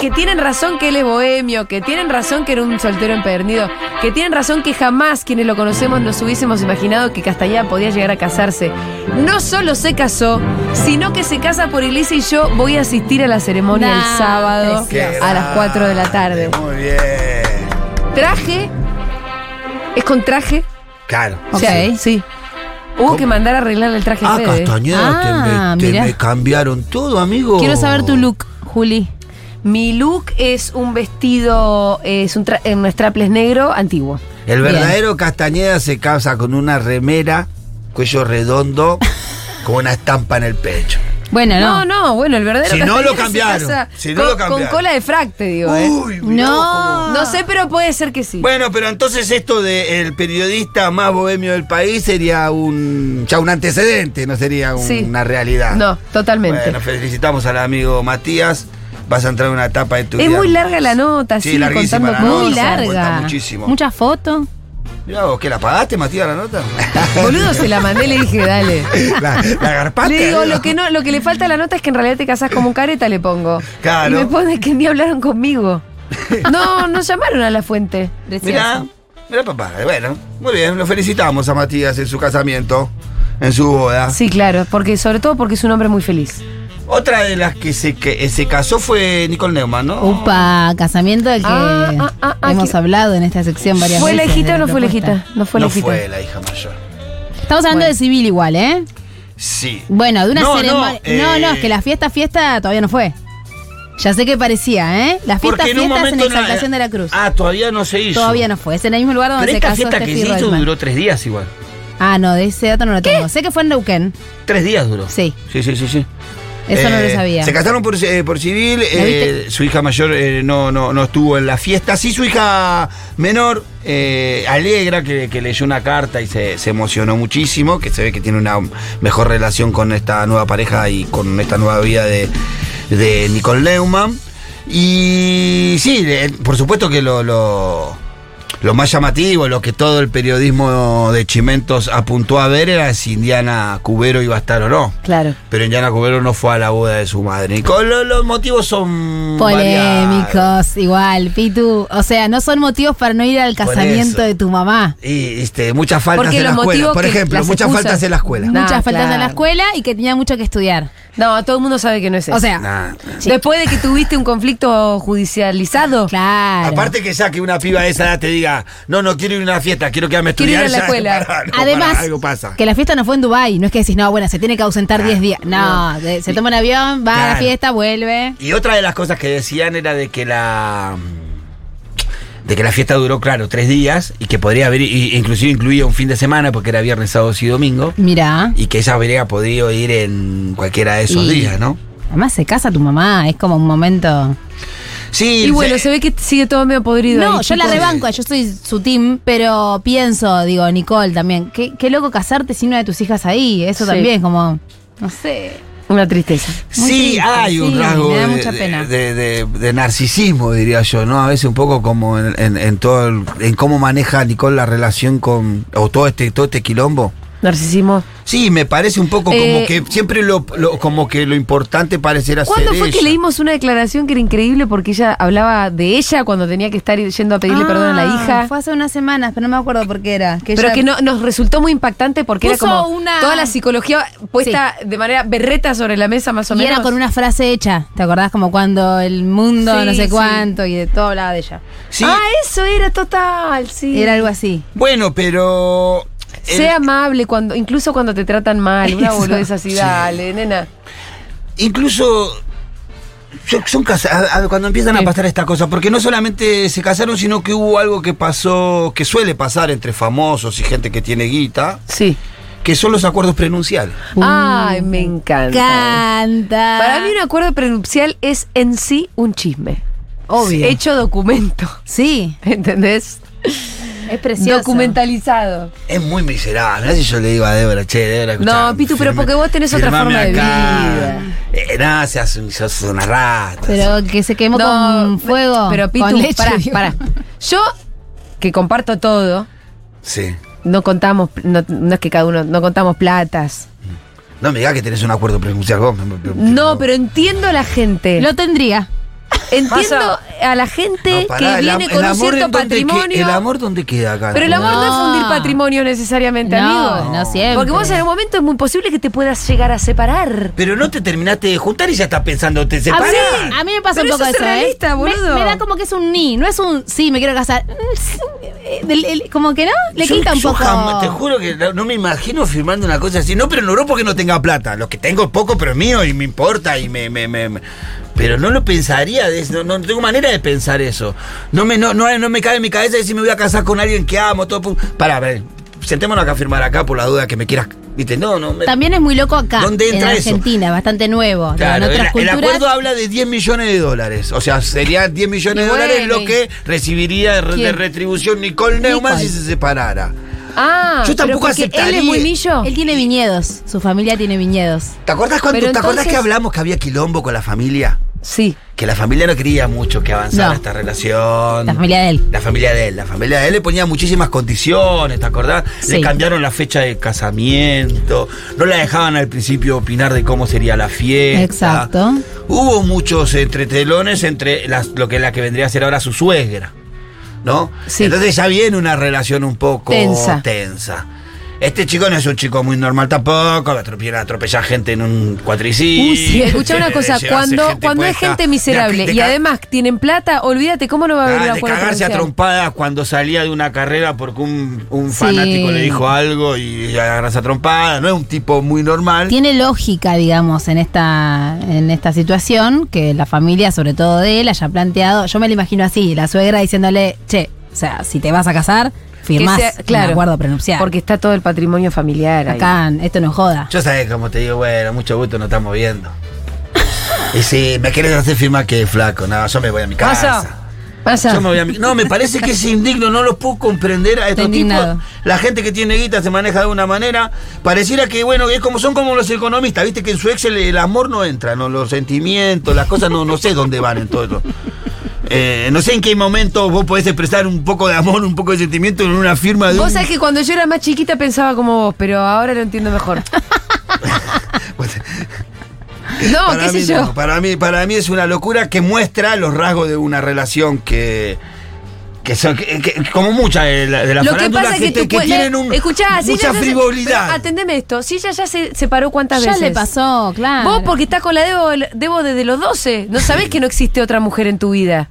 [SPEAKER 1] Que tienen razón que él es bohemio, que tienen razón que era un soltero empedernido, que tienen razón que jamás quienes lo conocemos nos hubiésemos imaginado que Castañeda podía llegar a casarse. No solo se casó, sino que se casa por iglesia y yo voy a asistir a la ceremonia el
[SPEAKER 4] Nah,
[SPEAKER 1] sábado
[SPEAKER 2] Qué
[SPEAKER 1] a las 4 de la tarde.
[SPEAKER 2] grande, Muy bien.
[SPEAKER 1] Traje, es con traje,
[SPEAKER 2] Claro.
[SPEAKER 1] o sea,
[SPEAKER 4] Ok.
[SPEAKER 1] sí. Hubo que mandar a arreglar el traje
[SPEAKER 2] Ah,
[SPEAKER 1] Fede. ¿eh?
[SPEAKER 2] Castañeda, te me-
[SPEAKER 4] Ah,
[SPEAKER 2] te,
[SPEAKER 4] mirá.
[SPEAKER 2] me cambiaron todo, amigo.
[SPEAKER 4] Quiero saber
[SPEAKER 2] Oh.
[SPEAKER 4] tu look, Juli.
[SPEAKER 1] Mi look es un vestido, es un, tra- eh, un strapless negro antiguo.
[SPEAKER 2] El
[SPEAKER 4] Bien.
[SPEAKER 2] verdadero Castañeda se casa con una remera, cuello redondo, con una estampa en el pecho.
[SPEAKER 4] Bueno,
[SPEAKER 1] No,
[SPEAKER 4] Ah, no.
[SPEAKER 1] no, bueno, el verdadero.
[SPEAKER 2] Si no
[SPEAKER 1] Castañeda
[SPEAKER 2] lo
[SPEAKER 1] se
[SPEAKER 2] cambiaron,
[SPEAKER 1] casa
[SPEAKER 2] si no
[SPEAKER 1] con,
[SPEAKER 2] lo cambiaron.
[SPEAKER 1] con cola de frac, te digo, ¿eh?
[SPEAKER 2] mirá
[SPEAKER 4] No.
[SPEAKER 2] cómo-
[SPEAKER 1] No sé, pero puede ser que sí.
[SPEAKER 2] Bueno, pero entonces esto del periodista más bohemio del país sería un ya un antecedente, no sería un-
[SPEAKER 1] Sí.
[SPEAKER 2] una realidad.
[SPEAKER 1] no, totalmente.
[SPEAKER 2] Bueno, felicitamos al amigo Matías. Vas a entrar en una etapa de tu
[SPEAKER 1] es
[SPEAKER 2] vida.
[SPEAKER 1] muy larga la nota,
[SPEAKER 2] Sí,
[SPEAKER 1] sí,
[SPEAKER 2] larguísima
[SPEAKER 1] contando
[SPEAKER 2] la
[SPEAKER 1] cosas.
[SPEAKER 2] nota,
[SPEAKER 4] Muy
[SPEAKER 2] no,
[SPEAKER 4] larga.
[SPEAKER 2] cuenta muchísimo.
[SPEAKER 4] Muchas fotos.
[SPEAKER 2] Mirá vos, ¿qué la pagaste, Matías, la nota?
[SPEAKER 1] Boludo, se la mandé, le dije, dale.
[SPEAKER 2] la, la garpaste.
[SPEAKER 1] Le digo,
[SPEAKER 2] amigo.
[SPEAKER 1] lo que, no, lo que le falta a la nota es que en realidad te casás como un careta, le pongo.
[SPEAKER 2] Claro.
[SPEAKER 1] Y me pone que ni hablaron conmigo. No, no llamaron a la fuente.
[SPEAKER 2] Mirá, mirá, papá. Bueno, muy bien, lo felicitamos a Matías en su casamiento, en su boda.
[SPEAKER 1] Sí, claro, porque sobre todo porque es un hombre muy feliz.
[SPEAKER 2] Otra de las que se, que se casó fue Nicole Neumann, ¿no?
[SPEAKER 4] Upa, casamiento del que
[SPEAKER 1] Ah, ah, ah, ah,
[SPEAKER 4] hemos
[SPEAKER 1] que-
[SPEAKER 4] hablado en esta sección varias
[SPEAKER 1] ¿Fue la
[SPEAKER 4] veces.
[SPEAKER 1] hijita
[SPEAKER 4] de
[SPEAKER 1] o no fue la
[SPEAKER 4] propuesta.
[SPEAKER 1] hijita? No fue la
[SPEAKER 2] no
[SPEAKER 1] hijita.
[SPEAKER 2] fue la hija mayor.
[SPEAKER 4] Estamos hablando
[SPEAKER 1] Bueno.
[SPEAKER 4] de civil igual, ¿eh?
[SPEAKER 2] Sí.
[SPEAKER 4] Bueno, de una
[SPEAKER 2] No, no,
[SPEAKER 4] ceremonia. No,
[SPEAKER 2] eh,
[SPEAKER 4] no, es que la fiesta, fiesta todavía no fue. Ya sé que parecía, ¿eh? La fiesta,
[SPEAKER 2] Porque en un
[SPEAKER 4] fiesta es en
[SPEAKER 2] momento no-
[SPEAKER 4] Exaltación de la Cruz.
[SPEAKER 2] Ah, todavía no se hizo.
[SPEAKER 4] todavía no fue. Es en el mismo lugar donde
[SPEAKER 2] Pero
[SPEAKER 4] se
[SPEAKER 2] esta
[SPEAKER 4] casó
[SPEAKER 2] fiesta que
[SPEAKER 4] Steffi
[SPEAKER 2] se hizo
[SPEAKER 4] Reutemann.
[SPEAKER 2] duró tres días igual.
[SPEAKER 4] Ah, no, de ese dato no lo tengo. Sé que fue en Neuquén.
[SPEAKER 2] Tres días duró.
[SPEAKER 4] Sí.
[SPEAKER 2] Sí, sí, sí, sí.
[SPEAKER 4] Eso no lo
[SPEAKER 2] Eh,
[SPEAKER 4] sabía.
[SPEAKER 2] Se casaron por, eh, por civil, eh,
[SPEAKER 4] viste?
[SPEAKER 2] su hija mayor eh, no, no, no estuvo en la fiesta, sí su hija menor, eh, Alegra, que, que leyó una carta y se, se emocionó muchísimo, que se ve que tiene una mejor relación con esta nueva pareja y con esta nueva vida de, de Nicole Neumann. Y sí, eh, por supuesto que lo... lo- lo más llamativo, lo que todo el periodismo de Chimentos apuntó a ver era si Indiana Cubero iba a estar o no.
[SPEAKER 1] Claro.
[SPEAKER 2] Pero Indiana Cubero no fue a la boda de su madre. Nicole, lo- los motivos son. variados.
[SPEAKER 4] Polémicos, igual, Pitu. O sea, no son motivos para no ir al
[SPEAKER 2] Por
[SPEAKER 4] casamiento
[SPEAKER 2] eso.
[SPEAKER 4] de tu mamá.
[SPEAKER 2] Y este, muchas faltas
[SPEAKER 1] Porque
[SPEAKER 2] en la
[SPEAKER 1] los
[SPEAKER 2] escuela.
[SPEAKER 1] motivos
[SPEAKER 2] Por
[SPEAKER 1] que-
[SPEAKER 2] ejemplo,
[SPEAKER 1] las
[SPEAKER 2] muchas
[SPEAKER 1] excusas.
[SPEAKER 2] faltas en la escuela.
[SPEAKER 1] Nah,
[SPEAKER 4] Muchas faltas a la
[SPEAKER 1] claro.
[SPEAKER 4] escuela y que tenía mucho que estudiar.
[SPEAKER 1] No, todo el mundo sabe que no es eso.
[SPEAKER 4] O sea,
[SPEAKER 2] Nah.
[SPEAKER 4] sí.
[SPEAKER 1] después de que tuviste un conflicto judicializado,
[SPEAKER 4] claro.
[SPEAKER 2] Aparte que ya que una piba de esa edad te diga, no, no quiero ir a una fiesta, quiero quedarme a
[SPEAKER 1] Quiero ir
[SPEAKER 2] estudiar.
[SPEAKER 1] a la
[SPEAKER 2] ya,
[SPEAKER 1] escuela.
[SPEAKER 2] pará, no,
[SPEAKER 4] Además,
[SPEAKER 2] pará, algo pasa.
[SPEAKER 4] que la fiesta no fue en Dubai, no es que decís, no, bueno, se tiene que ausentar 10 días. No, de- se toma un avión, va a la
[SPEAKER 2] Claro.
[SPEAKER 4] fiesta, vuelve.
[SPEAKER 2] Y otra de las cosas que decían era de que la. De que la fiesta duró, claro, tres días y que podría haber, y- inclusive incluía un fin de semana porque era viernes, sábado y domingo.
[SPEAKER 4] Mirá.
[SPEAKER 2] Y que ella habría podido ir en cualquiera de esos
[SPEAKER 4] Y-
[SPEAKER 2] días, ¿no?
[SPEAKER 4] Además se casa tu mamá, es como un momento.
[SPEAKER 2] Sí,
[SPEAKER 1] Y bueno, se ve que sigue todo medio podrido.
[SPEAKER 4] No,
[SPEAKER 1] ahí,
[SPEAKER 4] yo la
[SPEAKER 1] chicos.
[SPEAKER 4] rebanco, yo soy su team, pero pienso, digo, Nicole también, qué, qué loco casarte sin una de tus hijas ahí, eso
[SPEAKER 1] Sí.
[SPEAKER 4] también, como, no sé.
[SPEAKER 1] Una tristeza.
[SPEAKER 4] muy
[SPEAKER 2] Sí,
[SPEAKER 4] triste,
[SPEAKER 2] hay un
[SPEAKER 4] sí,
[SPEAKER 2] rasgo
[SPEAKER 4] me da
[SPEAKER 2] de,
[SPEAKER 4] mucha
[SPEAKER 2] de-
[SPEAKER 4] pena.
[SPEAKER 2] de- de- de narcisismo, diría yo, ¿no? A veces un poco como en, en- en todo el- en cómo maneja Nicole la relación con. o todo este, todo este quilombo.
[SPEAKER 1] Narcisismo.
[SPEAKER 2] Sí, me parece un poco
[SPEAKER 1] Eh,
[SPEAKER 2] como que siempre lo, lo- como que lo importante parecerá ser.
[SPEAKER 1] ¿Cuándo fue que
[SPEAKER 2] ella.
[SPEAKER 1] leímos una declaración que era increíble porque ella hablaba de ella cuando tenía que estar yendo a pedirle
[SPEAKER 4] Ah,
[SPEAKER 1] perdón a la hija?
[SPEAKER 4] Fue hace unas semanas, pero no me acuerdo por qué era. Que
[SPEAKER 1] Pero
[SPEAKER 4] ella-
[SPEAKER 1] que no, nos resultó muy impactante porque era
[SPEAKER 4] Puso
[SPEAKER 1] como
[SPEAKER 4] una-
[SPEAKER 1] toda la psicología puesta de manera berreta sobre la mesa más o
[SPEAKER 4] Y
[SPEAKER 1] menos.
[SPEAKER 4] era con una frase hecha, ¿te acordás? Como cuando el mundo,
[SPEAKER 1] Sí,
[SPEAKER 4] no sé
[SPEAKER 1] sí.
[SPEAKER 4] cuánto, y de todo hablaba de ella.
[SPEAKER 2] Sí,
[SPEAKER 1] Ah, eso era total, sí.
[SPEAKER 4] Era algo así.
[SPEAKER 2] bueno, pero. el-
[SPEAKER 1] Sé amable cuando, incluso cuando te tratan mal, una
[SPEAKER 4] Eso.
[SPEAKER 1] boludez así,
[SPEAKER 2] Sí.
[SPEAKER 1] dale, nena.
[SPEAKER 2] incluso son, son casa- a- a- cuando empiezan a
[SPEAKER 1] Sí.
[SPEAKER 2] pasar estas cosas, porque no solamente se casaron, sino que hubo algo que pasó, que suele pasar entre famosos y gente que tiene guita,
[SPEAKER 1] Sí.
[SPEAKER 2] que son los acuerdos prenunciales.
[SPEAKER 1] Ay, me encanta.
[SPEAKER 4] Canta.
[SPEAKER 1] Para mí un acuerdo prenupcial es en sí un chisme.
[SPEAKER 4] Obvio.
[SPEAKER 1] Hecho documento,
[SPEAKER 4] Sí,
[SPEAKER 1] ¿entendés?
[SPEAKER 4] es precioso.
[SPEAKER 1] Documentalizado.
[SPEAKER 2] Es muy miserable. Así yo le digo a Débora, che, Débora, escuchá,
[SPEAKER 1] No, Pitu, pero porque vos tenés otra
[SPEAKER 2] firmame
[SPEAKER 1] forma de
[SPEAKER 2] acá.
[SPEAKER 1] vida.
[SPEAKER 2] Eh, no, seas, un- sos una rata.
[SPEAKER 4] Pero que se quemó con
[SPEAKER 1] pe-
[SPEAKER 4] fuego.
[SPEAKER 1] Pero Pitu,
[SPEAKER 4] con leche,
[SPEAKER 1] pará,
[SPEAKER 4] digo.
[SPEAKER 1] pará. Yo, que comparto todo,
[SPEAKER 2] Sí.
[SPEAKER 1] no contamos, no, no es que cada uno, no contamos platas.
[SPEAKER 2] No me digas que tenés un acuerdo prenuncial vos. me- me- me-
[SPEAKER 1] No, pero entiendo a la gente.
[SPEAKER 4] Lo tendría.
[SPEAKER 1] Entiendo a la gente
[SPEAKER 2] No, pará,
[SPEAKER 1] que
[SPEAKER 2] el am-
[SPEAKER 1] viene con
[SPEAKER 2] el
[SPEAKER 1] un
[SPEAKER 2] amor
[SPEAKER 1] cierto
[SPEAKER 2] en dónde que-
[SPEAKER 1] patrimonio.
[SPEAKER 2] ¿El amor dónde queda acá?
[SPEAKER 1] Pero el amor no,
[SPEAKER 4] No.
[SPEAKER 1] es fundir patrimonio necesariamente,
[SPEAKER 4] No,
[SPEAKER 1] amigo.
[SPEAKER 4] no siempre.
[SPEAKER 1] Porque vos en un momento es muy posible que te puedas llegar a separar.
[SPEAKER 2] Pero no te terminaste de juntar y ya estás pensando, te
[SPEAKER 4] A mí,
[SPEAKER 2] separas.
[SPEAKER 4] Ah, a mí me pasa
[SPEAKER 1] Pero
[SPEAKER 4] un
[SPEAKER 1] eso
[SPEAKER 4] poco
[SPEAKER 1] es
[SPEAKER 4] eso, ¿eh?
[SPEAKER 1] realista,
[SPEAKER 4] Me-
[SPEAKER 1] boludo.
[SPEAKER 4] Me, da como que es un ni, no es un sí, me quiero casar. Mm, sí, eh, del- el- Como que no, le
[SPEAKER 2] Yo-
[SPEAKER 4] quita un
[SPEAKER 2] yo
[SPEAKER 4] poco.
[SPEAKER 2] jamás- te juro que no, no me imagino firmando una cosa así. No, pero no, no porque no tenga plata. Lo que tengo es poco, pero es mío y me importa y me... me- me- me- Pero no lo pensaría, de- no, no tengo manera de pensar eso. No me, no, no, no me cabe en mi cabeza decir me voy a casar con alguien que amo, todo... pu- Pará, a ver, sentémonos acá a firmar acá por la duda que me quieras... Viste, no, no... me-
[SPEAKER 4] También es muy loco acá.
[SPEAKER 2] ¿Dónde entra
[SPEAKER 4] en
[SPEAKER 2] eso?
[SPEAKER 4] Argentina, bastante nuevo. Digo,
[SPEAKER 2] Claro,
[SPEAKER 4] en otras
[SPEAKER 2] el, el
[SPEAKER 4] culturas.
[SPEAKER 2] acuerdo habla de 10 millones de dólares. O sea, serían 10 millones
[SPEAKER 4] Y
[SPEAKER 2] de dólares
[SPEAKER 4] bueno,
[SPEAKER 2] lo que recibiría de, re- de
[SPEAKER 1] ¿Quién?
[SPEAKER 2] retribución Nicole Neumann
[SPEAKER 4] Nicole.
[SPEAKER 2] si se separara.
[SPEAKER 1] Ah,
[SPEAKER 2] Yo tampoco
[SPEAKER 1] pero porque
[SPEAKER 2] aceptaría-
[SPEAKER 1] Él es muy millo.
[SPEAKER 4] Él tiene viñedos, su familia tiene viñedos.
[SPEAKER 2] ¿Te acordás, cuando,
[SPEAKER 1] Pero
[SPEAKER 2] ¿te acordás
[SPEAKER 1] entonces-
[SPEAKER 2] que hablamos que había quilombo con la familia?
[SPEAKER 1] Sí.
[SPEAKER 2] Que la familia no quería mucho que avanzara
[SPEAKER 4] No.
[SPEAKER 2] esta relación.
[SPEAKER 4] La familia de él.
[SPEAKER 2] La familia de él. La familia de él le ponía muchísimas condiciones, ¿te acordás? Le
[SPEAKER 4] Sí.
[SPEAKER 2] cambiaron la fecha de casamiento. No la dejaban al principio opinar de cómo sería la fiesta.
[SPEAKER 4] Exacto.
[SPEAKER 2] Hubo muchos entretelones entre las- lo que la que vendría a ser ahora su suegra, ¿no?
[SPEAKER 1] Sí.
[SPEAKER 2] Entonces ya viene una relación un poco
[SPEAKER 1] Tensa.
[SPEAKER 2] tensa. Este chico no es un chico muy normal tampoco, atropella, atropella gente en un cuatriciclo.
[SPEAKER 1] Uy, sí. Escucha una
[SPEAKER 2] eh,
[SPEAKER 1] cosa,
[SPEAKER 2] llevarse
[SPEAKER 1] cuando,
[SPEAKER 2] gente
[SPEAKER 1] cuando es
[SPEAKER 2] puesta,
[SPEAKER 1] gente
[SPEAKER 2] de-
[SPEAKER 1] miserable
[SPEAKER 2] de
[SPEAKER 1] y
[SPEAKER 2] ca-
[SPEAKER 1] además tienen plata, olvídate cómo no va a haber
[SPEAKER 2] Ah,
[SPEAKER 1] una
[SPEAKER 2] de
[SPEAKER 1] acuerdo
[SPEAKER 2] cagarse a
[SPEAKER 1] prenupcial?
[SPEAKER 2] trompadas cuando salía de una carrera porque un, un
[SPEAKER 4] Sí.
[SPEAKER 2] fanático le dijo algo y agarrarse a trompadas. No es un tipo muy normal.
[SPEAKER 4] Tiene lógica, digamos, en esta, en esta situación, que la familia, sobre todo de él, haya planteado. Yo me lo imagino así, la suegra diciéndole, che, o sea, si te vas a casar,
[SPEAKER 1] Que
[SPEAKER 4] firmás
[SPEAKER 1] sea- claro,
[SPEAKER 4] un acuerdo prenupcial.
[SPEAKER 1] Porque está todo el patrimonio familiar ahí.
[SPEAKER 4] acá esto no joda.
[SPEAKER 2] Yo sabés como te digo, bueno, mucho gusto, nos estamos viendo. Y si me querés hacer firmar que flaco, no, yo me voy a mi
[SPEAKER 1] Pasa.
[SPEAKER 2] casa.
[SPEAKER 1] Pasa.
[SPEAKER 2] Yo me voy a mi- No, me parece que es indigno, no los puedo comprender a estos
[SPEAKER 4] Estoy indignado.
[SPEAKER 2] tipos. La gente que tiene guita se maneja de una manera. Pareciera que, bueno, es como son como los economistas, viste que en su Excel el amor no entra, no los sentimientos, las cosas no, no sé dónde van en todo eso. Eh, no sé en qué momento vos podés expresar un poco de amor, un poco de sentimiento en una firma de
[SPEAKER 1] Vos
[SPEAKER 2] un-
[SPEAKER 1] sabés que cuando yo era más chiquita pensaba como vos, pero ahora lo entiendo mejor.
[SPEAKER 2] Pues,
[SPEAKER 1] No,
[SPEAKER 2] para
[SPEAKER 1] Oh, qué sé
[SPEAKER 2] mí
[SPEAKER 1] yo.
[SPEAKER 2] no, para mí, para mí es una locura que muestra los rasgos de una relación que. Que son, que- que- como muchas de la, de la
[SPEAKER 1] Lo que
[SPEAKER 2] farándula
[SPEAKER 1] pasa es que,
[SPEAKER 2] te-
[SPEAKER 1] tú puedes-
[SPEAKER 2] tienen un,
[SPEAKER 1] Escuchá, si
[SPEAKER 2] mucha
[SPEAKER 1] ella ya se-
[SPEAKER 2] frivolidad.
[SPEAKER 1] pero atendeme esto. Si ella ya se separó cuántas
[SPEAKER 4] Ya
[SPEAKER 1] veces.
[SPEAKER 4] le pasó, claro.
[SPEAKER 1] Vos porque estás con la Debo, Debo desde los 12. No sabés que no existe otra mujer en tu vida.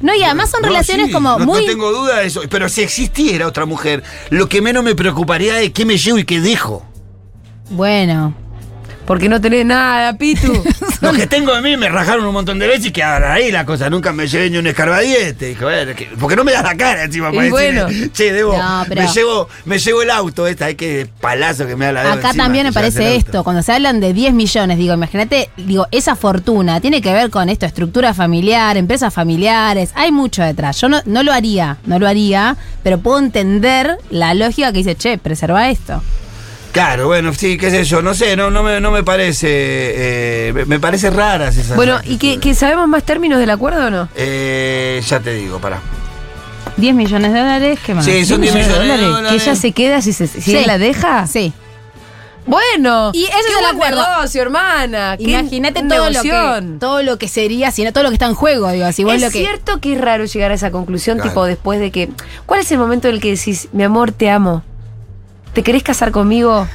[SPEAKER 4] No, y además son
[SPEAKER 2] No,
[SPEAKER 4] relaciones
[SPEAKER 2] sí,
[SPEAKER 4] como
[SPEAKER 2] no,
[SPEAKER 4] muy.
[SPEAKER 2] No tengo duda de eso. Pero si existiera otra mujer, lo que menos me preocuparía es qué me llevo y qué dejo.
[SPEAKER 4] Bueno.
[SPEAKER 1] Porque no tenés nada, Pitu.
[SPEAKER 2] Los que tengo de mí me rajaron un montón de veces y quedaron ahí la cosa. Nunca me llevé ni un escarbadiente. Dije, bueno, que- porque no me das la cara encima
[SPEAKER 1] Y
[SPEAKER 2] para
[SPEAKER 1] bueno.
[SPEAKER 2] decirle, Che, debo,
[SPEAKER 4] No, pero-
[SPEAKER 2] me, llevo, me llevo el auto esta. Hay que palazo que me da la debo
[SPEAKER 4] Acá
[SPEAKER 2] encima,
[SPEAKER 4] también me
[SPEAKER 2] que llevas el
[SPEAKER 4] parece
[SPEAKER 2] auto.
[SPEAKER 4] esto, cuando se hablan de 10 millones, digo, imagínate, digo, esa fortuna tiene que ver con esto, estructura familiar, empresas familiares, hay mucho detrás. Yo no, no lo haría, no lo haría, pero puedo entender la lógica que dice, che, preserva esto.
[SPEAKER 2] Claro, bueno, sí, qué sé yo. No sé, no, no, me, no me parece. eh, me- me parece raras esas.
[SPEAKER 1] bueno, ¿y que, que sabemos más términos del acuerdo o no?
[SPEAKER 2] Eh, ya te digo, pará.
[SPEAKER 4] 10 millones de dólares, ¿qué más?
[SPEAKER 2] Sí, son 10 millones de dólares.
[SPEAKER 1] ¿Que ella se queda si, se, si
[SPEAKER 4] Sí.
[SPEAKER 1] él la deja?
[SPEAKER 4] Sí.
[SPEAKER 1] Bueno.
[SPEAKER 4] Y ese
[SPEAKER 1] qué
[SPEAKER 4] es el
[SPEAKER 1] buen
[SPEAKER 4] acuerdo.
[SPEAKER 1] negocio, hermana. Qué
[SPEAKER 4] Imagínate todo lo, que,
[SPEAKER 1] devoción.
[SPEAKER 4] todo lo que sería, sino todo lo que está en juego, digo, si vos
[SPEAKER 1] es
[SPEAKER 4] lo que...
[SPEAKER 1] cierto que es raro llegar a esa conclusión,
[SPEAKER 2] Claro.
[SPEAKER 1] tipo después de que. ¿Cuál es el momento en el que decís, mi amor, te amo? ¿Te querés casar conmigo?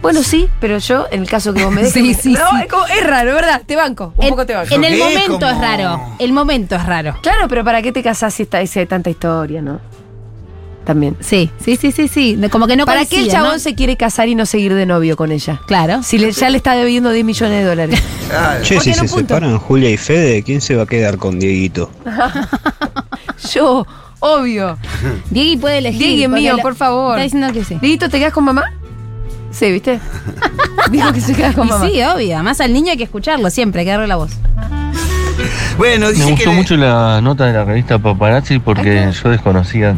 [SPEAKER 1] Bueno, sí, pero yo, en el caso que vos me dejes.
[SPEAKER 4] Sí,
[SPEAKER 1] me-
[SPEAKER 4] sí,
[SPEAKER 1] no,
[SPEAKER 4] sí.
[SPEAKER 1] Es, como- es raro, ¿verdad? Te banco. Un
[SPEAKER 4] En,
[SPEAKER 1] poco te banco.
[SPEAKER 4] en el
[SPEAKER 2] ¿Qué?
[SPEAKER 4] momento es
[SPEAKER 2] Como-
[SPEAKER 4] raro, el momento es raro.
[SPEAKER 1] Claro, pero ¿para qué te casás si está, si hay tanta historia, no? También.
[SPEAKER 4] Sí, sí, sí, sí, sí, como que no
[SPEAKER 1] ¿Para qué el
[SPEAKER 4] coincide,
[SPEAKER 1] chabón
[SPEAKER 4] ¿no?
[SPEAKER 1] se quiere casar y no seguir de novio con ella?
[SPEAKER 4] Claro.
[SPEAKER 1] Si le- ya le está debiendo 10 millones de dólares.
[SPEAKER 2] Ah,
[SPEAKER 5] Che,
[SPEAKER 1] ¿Por
[SPEAKER 5] si
[SPEAKER 1] qué no
[SPEAKER 5] se
[SPEAKER 1] punto?
[SPEAKER 5] separan Julia y Fede, ¿quién se va a quedar con Dieguito?
[SPEAKER 1] Yo, obvio.
[SPEAKER 4] Diego puede elegir.
[SPEAKER 1] Diego
[SPEAKER 4] porque
[SPEAKER 1] mío,
[SPEAKER 4] lo-
[SPEAKER 1] por favor.
[SPEAKER 4] Está diciendo que sí.
[SPEAKER 1] Dieguito, ¿te quedas con mamá? Sí, ¿viste? Dijo que se queda con
[SPEAKER 4] Y
[SPEAKER 1] mamá.
[SPEAKER 4] sí, obvio. Más al niño hay que escucharlo siempre, hay que darle la voz.
[SPEAKER 2] bueno, dice
[SPEAKER 6] Me
[SPEAKER 2] que.
[SPEAKER 6] gustó
[SPEAKER 2] le-
[SPEAKER 6] mucho la nota de la revista Paparazzi porque yo desconocía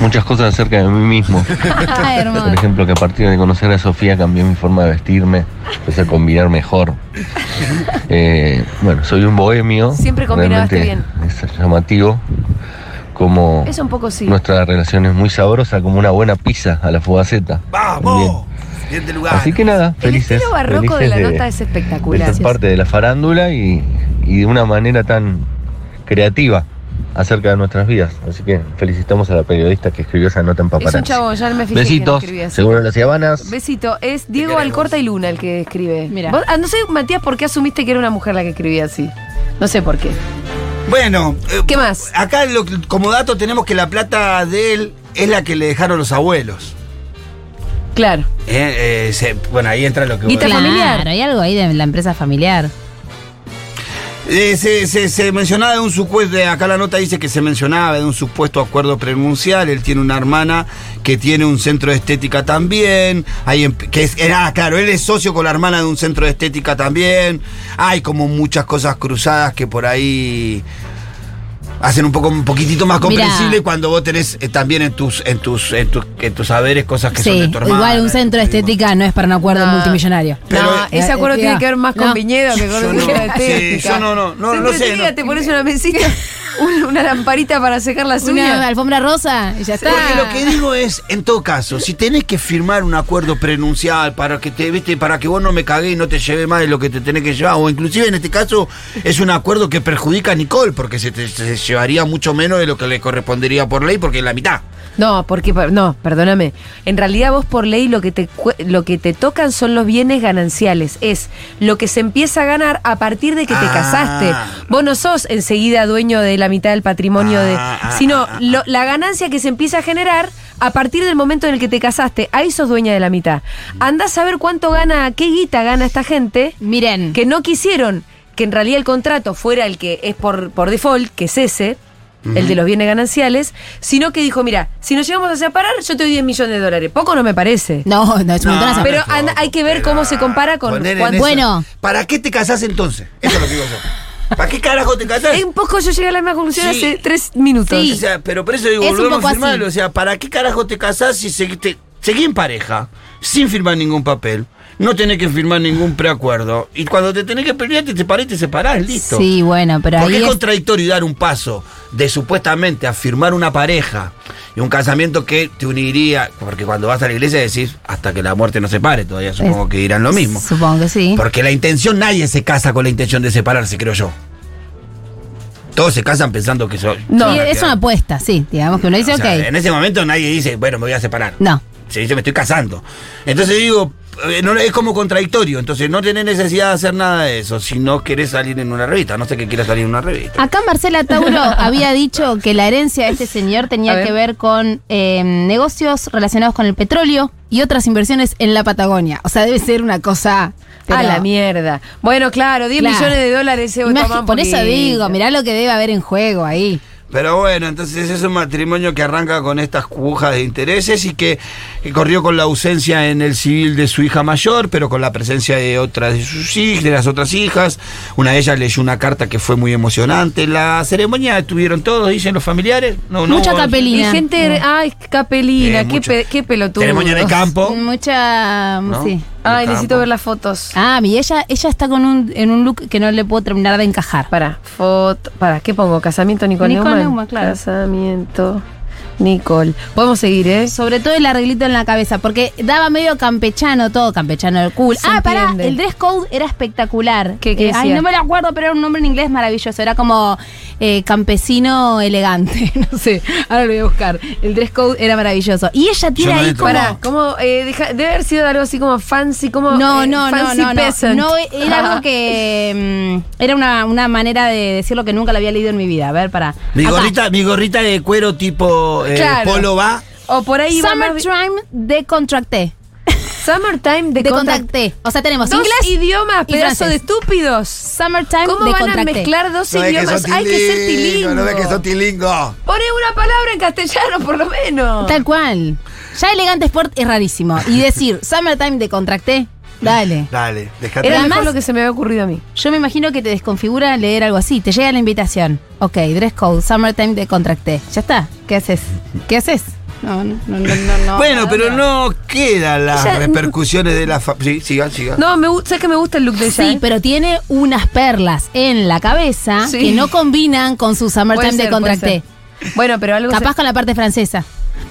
[SPEAKER 6] muchas cosas acerca de mí mismo.
[SPEAKER 4] Ay,
[SPEAKER 6] Por
[SPEAKER 4] hermoso.
[SPEAKER 6] ejemplo, que a partir de conocer a Sofía cambié mi forma de vestirme, empecé a combinar mejor. Eh, bueno, soy un bohemio.
[SPEAKER 1] Siempre combinaste
[SPEAKER 6] realmente Es llamativo. Como
[SPEAKER 1] Eso un poco sí.
[SPEAKER 6] nuestra relación es muy sabrosa, como una buena pizza a la fogaceta. También.
[SPEAKER 2] ¡Vamos! Bien del lugar.
[SPEAKER 6] Así que nada,
[SPEAKER 1] El
[SPEAKER 6] felices.
[SPEAKER 1] estilo barroco de
[SPEAKER 6] felices
[SPEAKER 1] la nota es espectacular.
[SPEAKER 6] de ser parte de la farándula y, y de una manera tan creativa acerca de nuestras vidas. Así que felicitamos a la periodista que escribió esa nota en
[SPEAKER 1] Es
[SPEAKER 6] paparazzi.
[SPEAKER 1] un chabón, ya me fijé que no
[SPEAKER 6] Besitos,
[SPEAKER 1] escribía así.
[SPEAKER 6] seguro las Habanas.
[SPEAKER 1] Besito, es Diego
[SPEAKER 2] queremos.
[SPEAKER 1] Alcorta y Luna el que escribe.
[SPEAKER 4] Mira.
[SPEAKER 1] Vos- ah, no sé, Matías, ¿por qué asumiste que era una mujer la que escribía así? No sé por qué.
[SPEAKER 2] Bueno, eh,
[SPEAKER 1] ¿Qué más?
[SPEAKER 2] Acá lo que- como dato tenemos que la plata de él es la que le dejaron los abuelos.
[SPEAKER 1] Claro.
[SPEAKER 2] Eh, eh, se- bueno, ahí entra lo que
[SPEAKER 1] Guita
[SPEAKER 2] vos-
[SPEAKER 4] Claro,
[SPEAKER 1] familiar.
[SPEAKER 4] hay algo ahí de la empresa familiar.
[SPEAKER 2] Eh, se, se- se mencionaba de un supuesto, eh, acá la nota dice que se mencionaba de un supuesto acuerdo prenuncial, él tiene una hermana que tiene un centro de estética también, hay, em- que es, era, claro, él es socio con la hermana de un centro de estética también, hay como muchas cosas cruzadas que por ahí hacen un poco un poquitito más comprensible
[SPEAKER 4] Mirá.
[SPEAKER 2] cuando vos tenés eh, también en tus, en tus, en tus, en tus saberes cosas que son
[SPEAKER 4] Sí,
[SPEAKER 2] de tu hermana.
[SPEAKER 4] igual un centro de
[SPEAKER 2] eh, digamos.
[SPEAKER 4] estética no es para un acuerdo
[SPEAKER 1] No.
[SPEAKER 4] multimillonario.
[SPEAKER 2] Pero,
[SPEAKER 1] no,
[SPEAKER 2] eh,
[SPEAKER 1] ese acuerdo
[SPEAKER 4] eh,
[SPEAKER 1] tiene
[SPEAKER 4] diga,
[SPEAKER 1] que ver más con
[SPEAKER 4] no.
[SPEAKER 1] Viñedo que con
[SPEAKER 2] Yo no,
[SPEAKER 1] Viñedo de
[SPEAKER 2] sí,
[SPEAKER 1] Técnica.
[SPEAKER 2] yo no, no, no,
[SPEAKER 1] Centro
[SPEAKER 2] no sé,
[SPEAKER 1] Técnica,
[SPEAKER 2] no.
[SPEAKER 1] te pones una mesita, un- una lamparita para secar las uñas.
[SPEAKER 4] Una alfombra rosa y ya está.
[SPEAKER 2] Porque lo que digo es, en todo caso, si tenés que firmar un acuerdo prenuncial para que te, viste, para que vos no me cagué y no te lleve más de lo que te tenés que llevar, o inclusive en este caso es un acuerdo que perjudica a Nicole, porque se te se llevaría mucho menos de lo que le correspondería por ley, porque es la mitad.
[SPEAKER 1] No, porque pa- no, perdóname. En realidad vos por ley lo que te cu- lo que te tocan son los bienes gananciales, es lo que se empieza a ganar a partir de que te
[SPEAKER 2] Ah.
[SPEAKER 1] casaste. Vos no sos enseguida dueño de la mitad del patrimonio de,
[SPEAKER 2] Ah, ah,
[SPEAKER 1] sino
[SPEAKER 2] ah, ah,
[SPEAKER 1] lo- la ganancia que se empieza a generar a partir del momento en el que te casaste, ahí sos dueña de la mitad. Andás a ver cuánto gana, qué guita gana esta gente
[SPEAKER 4] Miren,
[SPEAKER 1] que no quisieron que en realidad el contrato fuera el que es por, por default, que es ese, el de los bienes gananciales, sino que dijo, mira, si nos llegamos a separar, yo te doy 10 millones de dólares. Poco no me parece.
[SPEAKER 4] no, no, es un
[SPEAKER 2] Ah,
[SPEAKER 4] montonazo.
[SPEAKER 1] pero anda- hay que ver cómo se compara con
[SPEAKER 2] Poner en
[SPEAKER 1] cuando-
[SPEAKER 2] esa-
[SPEAKER 4] Bueno.
[SPEAKER 2] ¿Para qué te casás entonces? Eso es lo que digo yo. ¿Para qué carajo te casás?
[SPEAKER 1] Es un poco yo llegué a la misma conclusión
[SPEAKER 2] Sí.
[SPEAKER 1] hace tres minutos.
[SPEAKER 2] O sea, pero por eso digo,
[SPEAKER 4] Es un
[SPEAKER 2] volvemos
[SPEAKER 4] poco
[SPEAKER 2] a firmarlo.
[SPEAKER 4] así.
[SPEAKER 2] O sea, ¿para qué carajo te casás si segui- te- seguí en pareja, sin firmar ningún papel? No tenés que firmar ningún preacuerdo. Y cuando te tenés que pelear, te separás y te separás, listo.
[SPEAKER 4] Sí, bueno, pero
[SPEAKER 2] Porque
[SPEAKER 4] ahí
[SPEAKER 2] es
[SPEAKER 4] es-
[SPEAKER 2] contradictorio dar un paso de supuestamente a firmar una pareja y un casamiento que te uniría. Porque cuando vas a la iglesia decís, hasta que la muerte nos separe, todavía supongo que dirán lo mismo.
[SPEAKER 4] Supongo que sí.
[SPEAKER 2] Porque la intención, nadie se casa con la intención de separarse, creo yo. Todos se casan pensando que son.
[SPEAKER 4] No,
[SPEAKER 2] son-
[SPEAKER 4] es una apuesta, sí. Digamos que uno dice,
[SPEAKER 2] Ah, o sea, este
[SPEAKER 4] ok.
[SPEAKER 2] En ese momento nadie dice, bueno, me voy a separar.
[SPEAKER 4] No,
[SPEAKER 2] se dice, me estoy casando. Entonces digo, eh, no, es como contradictorio, entonces no tenés necesidad de hacer nada de eso si no querés salir en una revista, no sé qué quieras salir en una revista.
[SPEAKER 4] Acá Marcela Tauro había dicho que la herencia de este señor tenía
[SPEAKER 1] A ver.
[SPEAKER 4] que ver con eh, negocios relacionados con el petróleo y otras inversiones en la Patagonia. O sea, debe ser una cosa...
[SPEAKER 1] A
[SPEAKER 4] pero-
[SPEAKER 1] la mierda. Bueno, claro, 10
[SPEAKER 4] Claro.
[SPEAKER 1] millones de dólares se
[SPEAKER 4] Imagi-
[SPEAKER 1] toman
[SPEAKER 4] Por eso
[SPEAKER 1] poquito.
[SPEAKER 4] digo, mirá lo que debe haber en juego ahí.
[SPEAKER 2] Pero bueno, entonces es un matrimonio que arranca con estas cujas de intereses y que, que corrió con la ausencia en el civil de su hija mayor, pero con la presencia de otras de sus hijas, de las otras hijas. Una de ellas leyó una carta que fue muy emocionante. La ceremonia estuvieron todos, dicen los familiares. No, no,
[SPEAKER 4] Mucha
[SPEAKER 2] no,
[SPEAKER 4] capelina.
[SPEAKER 1] Y gente, ay, capelina,
[SPEAKER 2] Eh,
[SPEAKER 1] qué,
[SPEAKER 2] mucho.
[SPEAKER 1] pe- qué pelotudo. Mm.
[SPEAKER 2] Ceremonia de campo.
[SPEAKER 4] Mucha...
[SPEAKER 2] ¿no?
[SPEAKER 4] Sí.
[SPEAKER 1] Ay,
[SPEAKER 2] De
[SPEAKER 1] necesito
[SPEAKER 2] campo.
[SPEAKER 1] ver las fotos.
[SPEAKER 4] Ah, y ella, ella está con un, en un look que no le puedo terminar de encajar.
[SPEAKER 1] Para, foto. Para, ¿qué pongo? Casamiento Nicole
[SPEAKER 4] Nicole
[SPEAKER 1] Neumann.
[SPEAKER 4] Neumann, claro.
[SPEAKER 1] Casamiento Nicole. Podemos seguir, ¿eh?
[SPEAKER 4] Sobre todo el arreglito en la cabeza, porque daba medio campechano todo, campechano del cool.
[SPEAKER 1] Se
[SPEAKER 4] Ah, pará,
[SPEAKER 1] entiende.
[SPEAKER 4] el dress code era espectacular.
[SPEAKER 1] ¿Qué- qué
[SPEAKER 4] Eh, ay,
[SPEAKER 1] decía?
[SPEAKER 4] no me lo acuerdo, pero era un nombre en inglés maravilloso. Era como eh, campesino elegante, no sé. Ahora lo voy a buscar. El dress code era maravilloso. Y ella tiene
[SPEAKER 2] Yo no
[SPEAKER 4] ahí
[SPEAKER 2] entro.
[SPEAKER 4] como...
[SPEAKER 1] Para, ¿cómo? eh, deja- debe haber sido algo así como fancy, como.
[SPEAKER 4] No,
[SPEAKER 1] eh,
[SPEAKER 4] no, no,
[SPEAKER 1] fancy
[SPEAKER 4] no, no,
[SPEAKER 1] peasant.
[SPEAKER 4] no. Era algo que. mm, era una, una manera de decirlo que nunca lo había leído en mi vida. A ver, para.
[SPEAKER 2] Mi gorrita, mi gorrita de cuero tipo eh,
[SPEAKER 1] Claro.
[SPEAKER 2] polo va.
[SPEAKER 1] O por ahí va más.
[SPEAKER 4] Summertime de contracté.
[SPEAKER 1] Summertime de,
[SPEAKER 4] De
[SPEAKER 1] contact-
[SPEAKER 4] contracté. O sea, tenemos
[SPEAKER 1] Dos
[SPEAKER 4] inglés.
[SPEAKER 1] idiomas,
[SPEAKER 4] y
[SPEAKER 1] pedazo
[SPEAKER 4] francés.
[SPEAKER 1] de estúpidos.
[SPEAKER 4] Summertime
[SPEAKER 1] ¿Cómo
[SPEAKER 4] de
[SPEAKER 1] van a
[SPEAKER 4] contracté.
[SPEAKER 1] mezclar dos
[SPEAKER 2] No ves que
[SPEAKER 1] idiomas?
[SPEAKER 2] sos
[SPEAKER 1] Hay que ser
[SPEAKER 2] tilingo,
[SPEAKER 1] tilingo.
[SPEAKER 2] No ves que sos tilingo.
[SPEAKER 1] Poné una palabra en castellano, por lo menos.
[SPEAKER 4] Tal cual. Ya elegante sport es rarísimo. Y decir summertime de contracté, dale.
[SPEAKER 2] Dale, déjate.
[SPEAKER 1] Era más
[SPEAKER 4] Además-
[SPEAKER 1] lo que se me había ocurrido a mí.
[SPEAKER 4] Yo me imagino que te desconfigura leer algo así. Te llega la invitación. Ok, dress code, summertime de contracté. Ya está. ¿Qué haces? ¿Qué haces? No, no, no, no, no, no.
[SPEAKER 2] Bueno, pero no quedan las
[SPEAKER 1] Ella-
[SPEAKER 2] repercusiones de la... fa- Sí, siga, siga.
[SPEAKER 1] No, me, gu- ¿sabes que me gusta el look de ella?
[SPEAKER 4] Sí,
[SPEAKER 1] eh?
[SPEAKER 4] pero tiene unas perlas en la cabeza
[SPEAKER 1] Sí.
[SPEAKER 4] que no combinan con su
[SPEAKER 1] Puede
[SPEAKER 4] summertime
[SPEAKER 1] ser,
[SPEAKER 4] de
[SPEAKER 1] puede
[SPEAKER 4] contracté.
[SPEAKER 1] ser. Bueno, pero algo
[SPEAKER 4] Capaz
[SPEAKER 1] se-
[SPEAKER 4] con la parte francesa,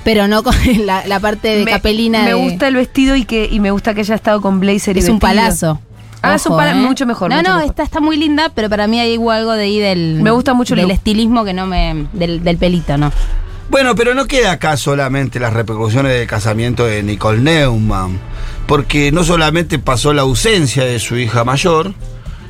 [SPEAKER 4] pero no con la, la parte de
[SPEAKER 1] me,
[SPEAKER 4] capelina.
[SPEAKER 1] Me
[SPEAKER 4] de-
[SPEAKER 1] gusta el vestido y que y me gusta que haya estado con blazer y
[SPEAKER 4] Es
[SPEAKER 1] vestido.
[SPEAKER 4] un palazo. ¿eh?
[SPEAKER 1] Ah, es un pala- mucho mejor,
[SPEAKER 4] No,
[SPEAKER 1] mucho
[SPEAKER 4] no,
[SPEAKER 1] mejor.
[SPEAKER 4] Está, está muy linda, pero para mí hay algo de ahí del.
[SPEAKER 1] Me gusta mucho el
[SPEAKER 4] Del
[SPEAKER 1] look.
[SPEAKER 4] estilismo que no me. Del, del pelito, ¿no?
[SPEAKER 2] Bueno, pero no queda acá solamente las repercusiones del casamiento de Nicole Neumann, porque no solamente pasó la ausencia de su hija mayor,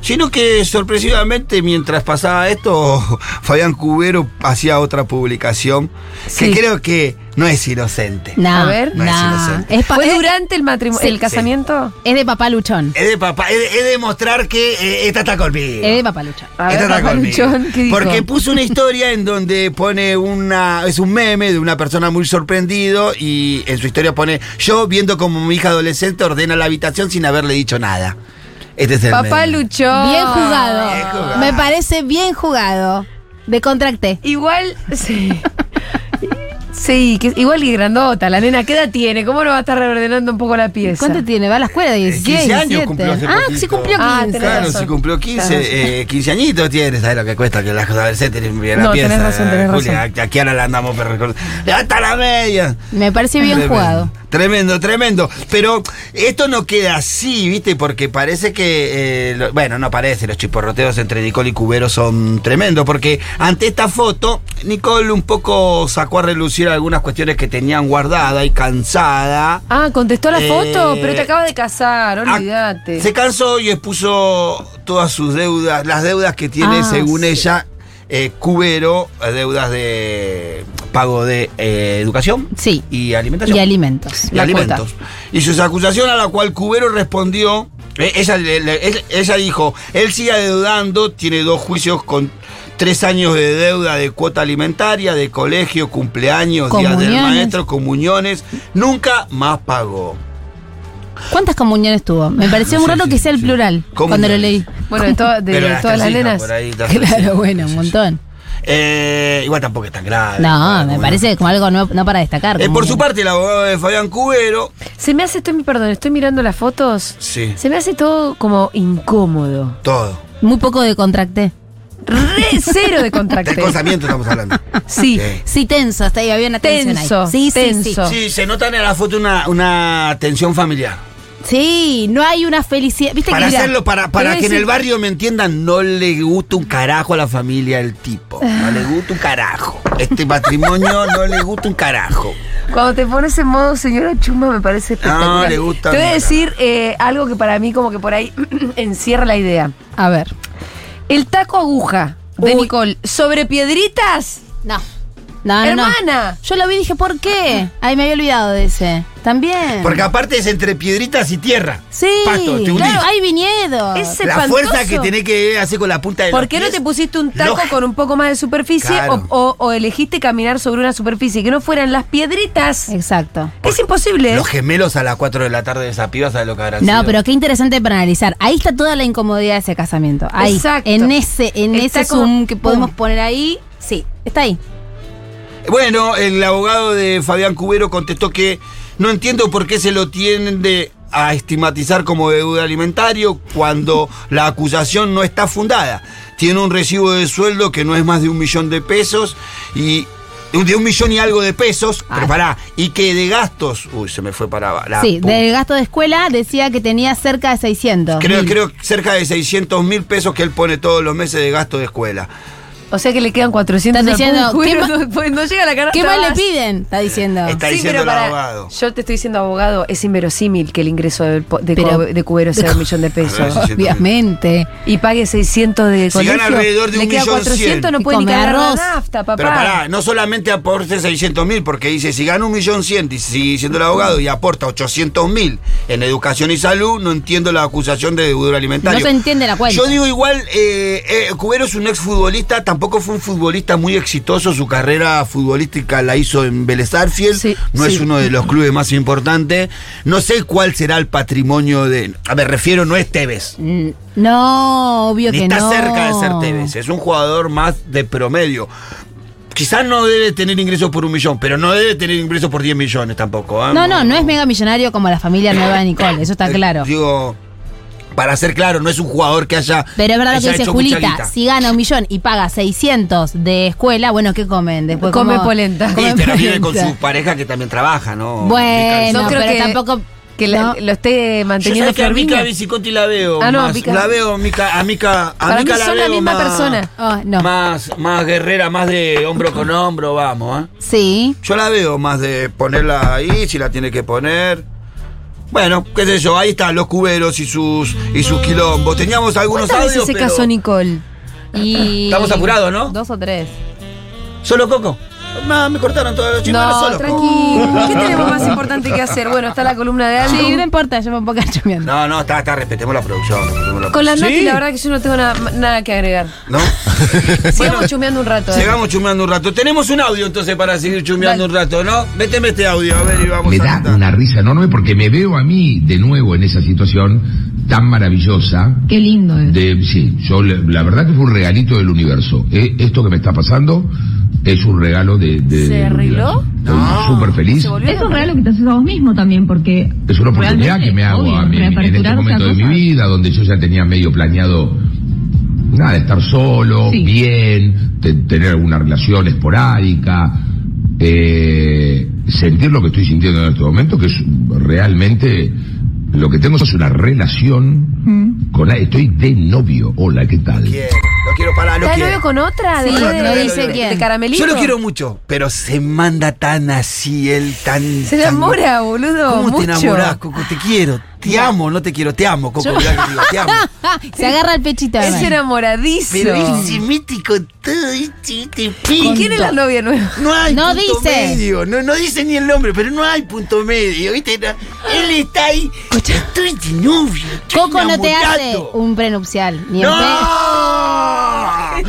[SPEAKER 2] sino que sorpresivamente mientras pasaba esto, Fabián Cubero hacía otra publicación
[SPEAKER 1] Sí.
[SPEAKER 2] que creo que no es inocente.
[SPEAKER 4] No,
[SPEAKER 1] A ver.
[SPEAKER 2] No es inocente.
[SPEAKER 4] es, pa-
[SPEAKER 1] ¿Fue
[SPEAKER 4] es-
[SPEAKER 1] durante el matrimonio,
[SPEAKER 4] Sí.
[SPEAKER 1] el casamiento?
[SPEAKER 4] es de papá luchón.
[SPEAKER 2] Es de papá, es de, es de mostrar que eh, esta está conmigo.
[SPEAKER 4] Es de papá luchón.
[SPEAKER 1] A ver,
[SPEAKER 2] Esta está
[SPEAKER 1] Papá
[SPEAKER 2] conmigo.
[SPEAKER 1] Luchón, ¿qué dijo?
[SPEAKER 2] Porque puso una historia en donde pone una. Es un meme de una persona muy sorprendido y en su historia pone: Yo viendo como mi hija adolescente ordena la habitación sin haberle dicho nada. Este es el
[SPEAKER 1] Papá
[SPEAKER 2] meme.
[SPEAKER 1] luchó.
[SPEAKER 4] Bien jugado.
[SPEAKER 2] bien jugado.
[SPEAKER 4] Me parece bien jugado. De contracté.
[SPEAKER 1] Igual, sí. Sí, que, igual que grandota, la nena, ¿qué edad tiene? ¿Cómo no va a estar reordenando un poco la pieza?
[SPEAKER 4] ¿Cuánto tiene? ¿Va a la escuela? de
[SPEAKER 2] 15
[SPEAKER 4] 16,
[SPEAKER 2] Eh, años
[SPEAKER 4] 17.
[SPEAKER 2] cumplió hace
[SPEAKER 4] Ah,
[SPEAKER 2] poquito.
[SPEAKER 4] sí cumplió 15.
[SPEAKER 1] Ah, tenés
[SPEAKER 2] Claro,
[SPEAKER 1] razón.
[SPEAKER 2] si cumplió 15, eh, 15 añitos tiene, ¿sabes lo que cuesta que las adolescentes limpien la
[SPEAKER 1] No,
[SPEAKER 2] pieza?
[SPEAKER 1] tenés razón, tenés
[SPEAKER 2] Julia, Aquí ahora la andamos perro. ¡Hasta la media!
[SPEAKER 4] Me pareció bien
[SPEAKER 2] Tremendo,
[SPEAKER 4] jugado.
[SPEAKER 2] Tremendo, tremendo. Pero esto no queda así, ¿viste? Porque parece que. eh, lo- bueno, no parece, los chiporroteos entre Nicole y Cubero son tremendos. Porque ante esta foto, Nicole un poco sacó a relucir algunas cuestiones que tenían guardada y cansada.
[SPEAKER 1] Ah, contestó la
[SPEAKER 2] Eh,
[SPEAKER 1] foto, pero te acabas de casar, olvídate.
[SPEAKER 2] Ah, Se cansó y expuso todas sus deudas, las deudas que tiene,
[SPEAKER 4] Ah,
[SPEAKER 2] según
[SPEAKER 4] sí.
[SPEAKER 2] ella, eh, Cubero, eh, deudas de pago de eh, educación
[SPEAKER 4] Sí.
[SPEAKER 2] y alimentación
[SPEAKER 4] Y alimentos.
[SPEAKER 2] y
[SPEAKER 4] la
[SPEAKER 2] alimentos. Y sus acusaciones a la cual Cubero respondió, eh, ella, le- le- él- ella dijo, él sigue adeudando, tiene dos juicios con tres años de deuda de cuota alimentaria, de colegio, cumpleaños, días del
[SPEAKER 4] Comuniones.
[SPEAKER 2] maestro, comuniones, nunca más pagó.
[SPEAKER 4] cuota. ¿Cuántas comuniones tuvo? Me pareció
[SPEAKER 2] Ah, No
[SPEAKER 4] muy
[SPEAKER 2] sé,
[SPEAKER 4] raro
[SPEAKER 2] sí,
[SPEAKER 4] que sea el
[SPEAKER 2] sí.
[SPEAKER 4] plural cuando lo
[SPEAKER 2] Comuniones.
[SPEAKER 4] leí.
[SPEAKER 1] Bueno, de, to- de
[SPEAKER 2] Pero las
[SPEAKER 1] todas las
[SPEAKER 2] tres hijas
[SPEAKER 1] nenas.
[SPEAKER 2] por ahí, las tres hijas.
[SPEAKER 4] Claro, bueno, un montón.
[SPEAKER 2] Eh, igual tampoco es tan grave.
[SPEAKER 4] No,
[SPEAKER 2] Claro,
[SPEAKER 4] me
[SPEAKER 2] bueno.
[SPEAKER 4] parece como algo no, no para destacar.
[SPEAKER 2] Eh,
[SPEAKER 4] como
[SPEAKER 2] por
[SPEAKER 4] que-
[SPEAKER 2] su parte, el abogado de Fabián Cubero.
[SPEAKER 1] Se me hace, estoy, perdón, estoy mirando las fotos.
[SPEAKER 2] Sí,
[SPEAKER 1] Se me hace todo como incómodo.
[SPEAKER 2] todo.
[SPEAKER 4] Muy poco de contracté.
[SPEAKER 1] Re cero de contacto.
[SPEAKER 2] Del consamiento estamos hablando.
[SPEAKER 1] Sí.
[SPEAKER 2] Sí.
[SPEAKER 4] Sí, tenso, hasta ahí había una tensión ahí.
[SPEAKER 1] Tenso,
[SPEAKER 4] Sí, sí, sí.
[SPEAKER 1] tenso.
[SPEAKER 2] Sí, se nota en la foto una, una tensión familiar.
[SPEAKER 4] Sí, no hay una felicidad. ¿Viste
[SPEAKER 2] Para
[SPEAKER 4] que mira,
[SPEAKER 2] hacerlo, para, para
[SPEAKER 1] te voy a
[SPEAKER 2] que en el
[SPEAKER 1] decir-
[SPEAKER 2] barrio me entiendan, no le gusta un carajo a la familia del tipo. No le gusta un carajo. Este matrimonio no le gusta un carajo.
[SPEAKER 1] Cuando te pones en modo señora chumba me parece espectacular.
[SPEAKER 2] le gusta
[SPEAKER 1] Te voy a
[SPEAKER 2] mierda.
[SPEAKER 1] decir eh, algo que para mí como que por ahí encierra la idea.
[SPEAKER 4] A ver.
[SPEAKER 1] El taco aguja de
[SPEAKER 4] Uy.
[SPEAKER 1] Nicole sobre piedritas.
[SPEAKER 4] No. Ah, No, no, no.
[SPEAKER 1] Hermana.
[SPEAKER 4] Yo lo vi y dije, ¿por qué? Ahí me había olvidado de ese. También.
[SPEAKER 2] Porque aparte es entre piedritas y tierra.
[SPEAKER 4] sí,
[SPEAKER 2] Pasto, te
[SPEAKER 4] claro,
[SPEAKER 2] unís.
[SPEAKER 4] hay viñedos.
[SPEAKER 1] Es
[SPEAKER 2] la
[SPEAKER 1] espantoso.
[SPEAKER 2] fuerza que tenés que hacer con la punta de
[SPEAKER 1] ¿Por
[SPEAKER 2] los
[SPEAKER 1] qué no
[SPEAKER 2] pies,
[SPEAKER 1] te pusiste un taco
[SPEAKER 2] lógica.
[SPEAKER 1] con un poco más de superficie
[SPEAKER 2] Claro.
[SPEAKER 1] o, o- o elegiste caminar sobre una superficie que no fueran las piedritas?
[SPEAKER 4] Exacto.
[SPEAKER 1] Es imposible. ¿eh?
[SPEAKER 2] Los gemelos a las 4 de la tarde de esa piba, ¿sabes lo que habrán
[SPEAKER 4] No,
[SPEAKER 2] sido?
[SPEAKER 4] pero qué interesante para analizar. Ahí está toda la incomodidad de ese casamiento. Ahí.
[SPEAKER 1] Exacto.
[SPEAKER 4] En ese, en
[SPEAKER 1] Está
[SPEAKER 4] ese
[SPEAKER 1] como-
[SPEAKER 4] zoom que podemos
[SPEAKER 1] pum.
[SPEAKER 4] poner ahí. Sí, está ahí.
[SPEAKER 2] Bueno, el abogado de Fabián Cubero contestó que no entiendo por qué se lo tiende a estigmatizar como deuda alimentario cuando la acusación no está fundada. Tiene un recibo de sueldo que no es más de un millón de pesos y de un millón y algo de pesos, pero pará, y que de gastos, uy, se me fue para la
[SPEAKER 4] sí,
[SPEAKER 2] pu-
[SPEAKER 4] del gasto de escuela decía que tenía cerca de 600.
[SPEAKER 2] creo,
[SPEAKER 4] mil.
[SPEAKER 2] creo cerca de 600 mil pesos que él pone todos los meses de gasto de escuela.
[SPEAKER 1] O sea que le quedan 400
[SPEAKER 4] Estás
[SPEAKER 1] al
[SPEAKER 4] diciendo,
[SPEAKER 1] Cubero,
[SPEAKER 4] ¿qué
[SPEAKER 1] no, pues no llega a la cara.
[SPEAKER 4] ¿Qué más le piden? Está diciendo.
[SPEAKER 2] Está diciendo el abogado.
[SPEAKER 1] Yo te estoy diciendo abogado, es inverosímil que el ingreso del po- de,
[SPEAKER 4] Pero-
[SPEAKER 1] co- de cubero sea un millón de pesos.
[SPEAKER 2] Pero-
[SPEAKER 4] Obviamente.
[SPEAKER 1] Y pague 600 de
[SPEAKER 2] Si
[SPEAKER 1] colegio.
[SPEAKER 2] gana alrededor de
[SPEAKER 1] le
[SPEAKER 2] un
[SPEAKER 1] queda
[SPEAKER 2] millón
[SPEAKER 1] 400,
[SPEAKER 2] cien.
[SPEAKER 1] no
[SPEAKER 4] Y
[SPEAKER 1] puede ni
[SPEAKER 4] come
[SPEAKER 1] ganar la
[SPEAKER 4] arroz.
[SPEAKER 1] nafta, papá.
[SPEAKER 2] Pero pará, no solamente aporte 600 mil, porque dice, si gana un millón cien, y sigue siendo el abogado, y aporta 800 mil en educación y salud, no entiendo la acusación de deudor alimentario.
[SPEAKER 4] No se entiende la cuenta.
[SPEAKER 2] Yo digo igual, eh, eh, Cubero es un exfutbolista, tampoco fue un futbolista muy exitoso, su carrera futbolística la hizo en Vélez Arfiel,
[SPEAKER 1] Sí,
[SPEAKER 2] no
[SPEAKER 1] sí.
[SPEAKER 2] es uno de los clubes más importantes. No sé cuál será el patrimonio de... A ver, refiero, no es Tevez.
[SPEAKER 4] Mm, No, obvio
[SPEAKER 2] Ni
[SPEAKER 4] que
[SPEAKER 2] está
[SPEAKER 4] no.
[SPEAKER 2] cerca de ser Tevez. Es un jugador más de promedio. Quizás no debe tener ingresos por un millón, pero no debe tener ingresos por 10 millones tampoco. ¿eh?
[SPEAKER 4] No, no, no es mega millonario como la familia nueva de Nicole, eso está
[SPEAKER 2] Eh,
[SPEAKER 4] claro.
[SPEAKER 2] Digo, para ser claro, no es un jugador que haya.
[SPEAKER 4] Pero es verdad lo que
[SPEAKER 2] haya
[SPEAKER 4] dice
[SPEAKER 2] hecho mucha
[SPEAKER 4] Julita,
[SPEAKER 2] guita.
[SPEAKER 4] si gana un millón y paga 600 de escuela, bueno, ¿qué comen? Después
[SPEAKER 1] Come
[SPEAKER 4] ¿cómo?
[SPEAKER 1] polenta.
[SPEAKER 2] Sí,
[SPEAKER 4] Come
[SPEAKER 2] pero Este, vive con
[SPEAKER 4] polenta.
[SPEAKER 2] su pareja que también trabaja, ¿no?
[SPEAKER 4] Bueno,
[SPEAKER 1] No creo
[SPEAKER 4] pero
[SPEAKER 1] que-
[SPEAKER 4] tampoco...
[SPEAKER 1] Que la-
[SPEAKER 4] no.
[SPEAKER 1] lo esté
[SPEAKER 2] Yo
[SPEAKER 1] manteniendo
[SPEAKER 2] sé que a Mica
[SPEAKER 1] Florviña.
[SPEAKER 2] Bicicotti la veo.
[SPEAKER 1] Ah, no,
[SPEAKER 2] más-
[SPEAKER 1] Mica-
[SPEAKER 2] La veo, Mica, a Mica. A
[SPEAKER 1] Para
[SPEAKER 2] Mica
[SPEAKER 1] mí
[SPEAKER 2] la
[SPEAKER 1] son la
[SPEAKER 2] veo
[SPEAKER 1] misma
[SPEAKER 2] más-
[SPEAKER 1] persona.
[SPEAKER 4] Oh, no.
[SPEAKER 2] Más, más guerrera, más de hombro con hombro, vamos, ¿eh?
[SPEAKER 4] Sí.
[SPEAKER 2] Yo la veo más de ponerla ahí, si la tiene que poner. Bueno, qué sé yo, ahí están los cuberos y sus y sus quilombos. Teníamos algunos
[SPEAKER 1] ¿Cuántas veces
[SPEAKER 2] audios,
[SPEAKER 1] se
[SPEAKER 2] pero...
[SPEAKER 1] casó Nicole?
[SPEAKER 4] Y-
[SPEAKER 2] Estamos apurados, ¿no?
[SPEAKER 4] Dos o tres.
[SPEAKER 2] ¿Solo Coco? No, me cortaron todos los chicos,
[SPEAKER 1] No,
[SPEAKER 2] solo Coco.
[SPEAKER 1] tranquilo. ¿Qué tenemos más importante que hacer? Bueno, está la columna de Aldo.
[SPEAKER 4] Sí, no importa, yo me pongo chumeando.
[SPEAKER 2] No, no, está, está, respetemos la producción. respetemos la
[SPEAKER 1] Con las
[SPEAKER 2] producción.
[SPEAKER 1] notas, la verdad que yo no tengo nada, nada que agregar.
[SPEAKER 2] ¿No?
[SPEAKER 1] Sigamos
[SPEAKER 2] Bueno,
[SPEAKER 1] chumeando un rato. eh.
[SPEAKER 2] Sigamos chumeando un rato. Tenemos un audio entonces para seguir chumeando un rato, ¿no? Méteme este audio, a ver, y vamos
[SPEAKER 7] me
[SPEAKER 2] a
[SPEAKER 7] da
[SPEAKER 2] cantar.
[SPEAKER 7] una risa enorme porque me veo a mí de nuevo en esa situación tan maravillosa.
[SPEAKER 8] Qué lindo es.
[SPEAKER 7] De, sí, yo le- la verdad que fue un regalito del universo. Eh, esto que me está pasando es un regalo de. de-
[SPEAKER 1] ¿Se
[SPEAKER 7] del
[SPEAKER 1] arregló?
[SPEAKER 7] universo. Estoy súper feliz.
[SPEAKER 8] Es un regalo que te haces a vos mismo también, porque.
[SPEAKER 7] Es una oportunidad
[SPEAKER 8] realmente,
[SPEAKER 7] que me hago
[SPEAKER 8] obvio,
[SPEAKER 7] a mí en este
[SPEAKER 8] reaperturar
[SPEAKER 7] momento de
[SPEAKER 8] otra
[SPEAKER 7] mi
[SPEAKER 8] cosa.
[SPEAKER 7] vida, donde yo ya tenía medio planeado nada, estar solo,
[SPEAKER 8] Sí.
[SPEAKER 7] bien, te- tener alguna relación esporádica, eh, sentir lo que estoy sintiendo en este momento, que es realmente lo que tengo es una relación
[SPEAKER 8] Mm.
[SPEAKER 7] con la, estoy de novio. Hola, ¿qué tal?
[SPEAKER 2] Quiero, lo quiero parar, lo
[SPEAKER 1] ¿Está de
[SPEAKER 2] quiero.
[SPEAKER 1] novio con otra?
[SPEAKER 4] Sí,
[SPEAKER 1] después
[SPEAKER 2] no
[SPEAKER 1] de,
[SPEAKER 2] dice
[SPEAKER 1] de- de
[SPEAKER 4] quién.
[SPEAKER 1] caramelito.
[SPEAKER 2] Yo lo quiero mucho, pero se manda tan así, él tan.
[SPEAKER 1] Se
[SPEAKER 2] tan-
[SPEAKER 1] enamora, boludo.
[SPEAKER 2] ¿Cómo
[SPEAKER 1] mucho.
[SPEAKER 2] te enamorás, Coco? Te quiero. Te amo, no te quiero, te amo, Coco. mirá que te digo, te amo.
[SPEAKER 4] Ah, Se agarra el pechito.
[SPEAKER 1] Es
[SPEAKER 4] hermano.
[SPEAKER 1] enamoradizo.
[SPEAKER 2] Pero es mítico todo, este
[SPEAKER 1] ¿Y
[SPEAKER 2] pico.
[SPEAKER 1] quién es la novia nueva?
[SPEAKER 2] No hay
[SPEAKER 4] No
[SPEAKER 2] punto
[SPEAKER 4] dice.
[SPEAKER 2] medio. No, no dice ni el nombre, pero no hay punto medio, ¿viste? No, él está ahí. Estoy de novio. estoy
[SPEAKER 4] Coco no te hace
[SPEAKER 2] enamorado.
[SPEAKER 4] un prenupcial, ni en pe-
[SPEAKER 2] ¡No!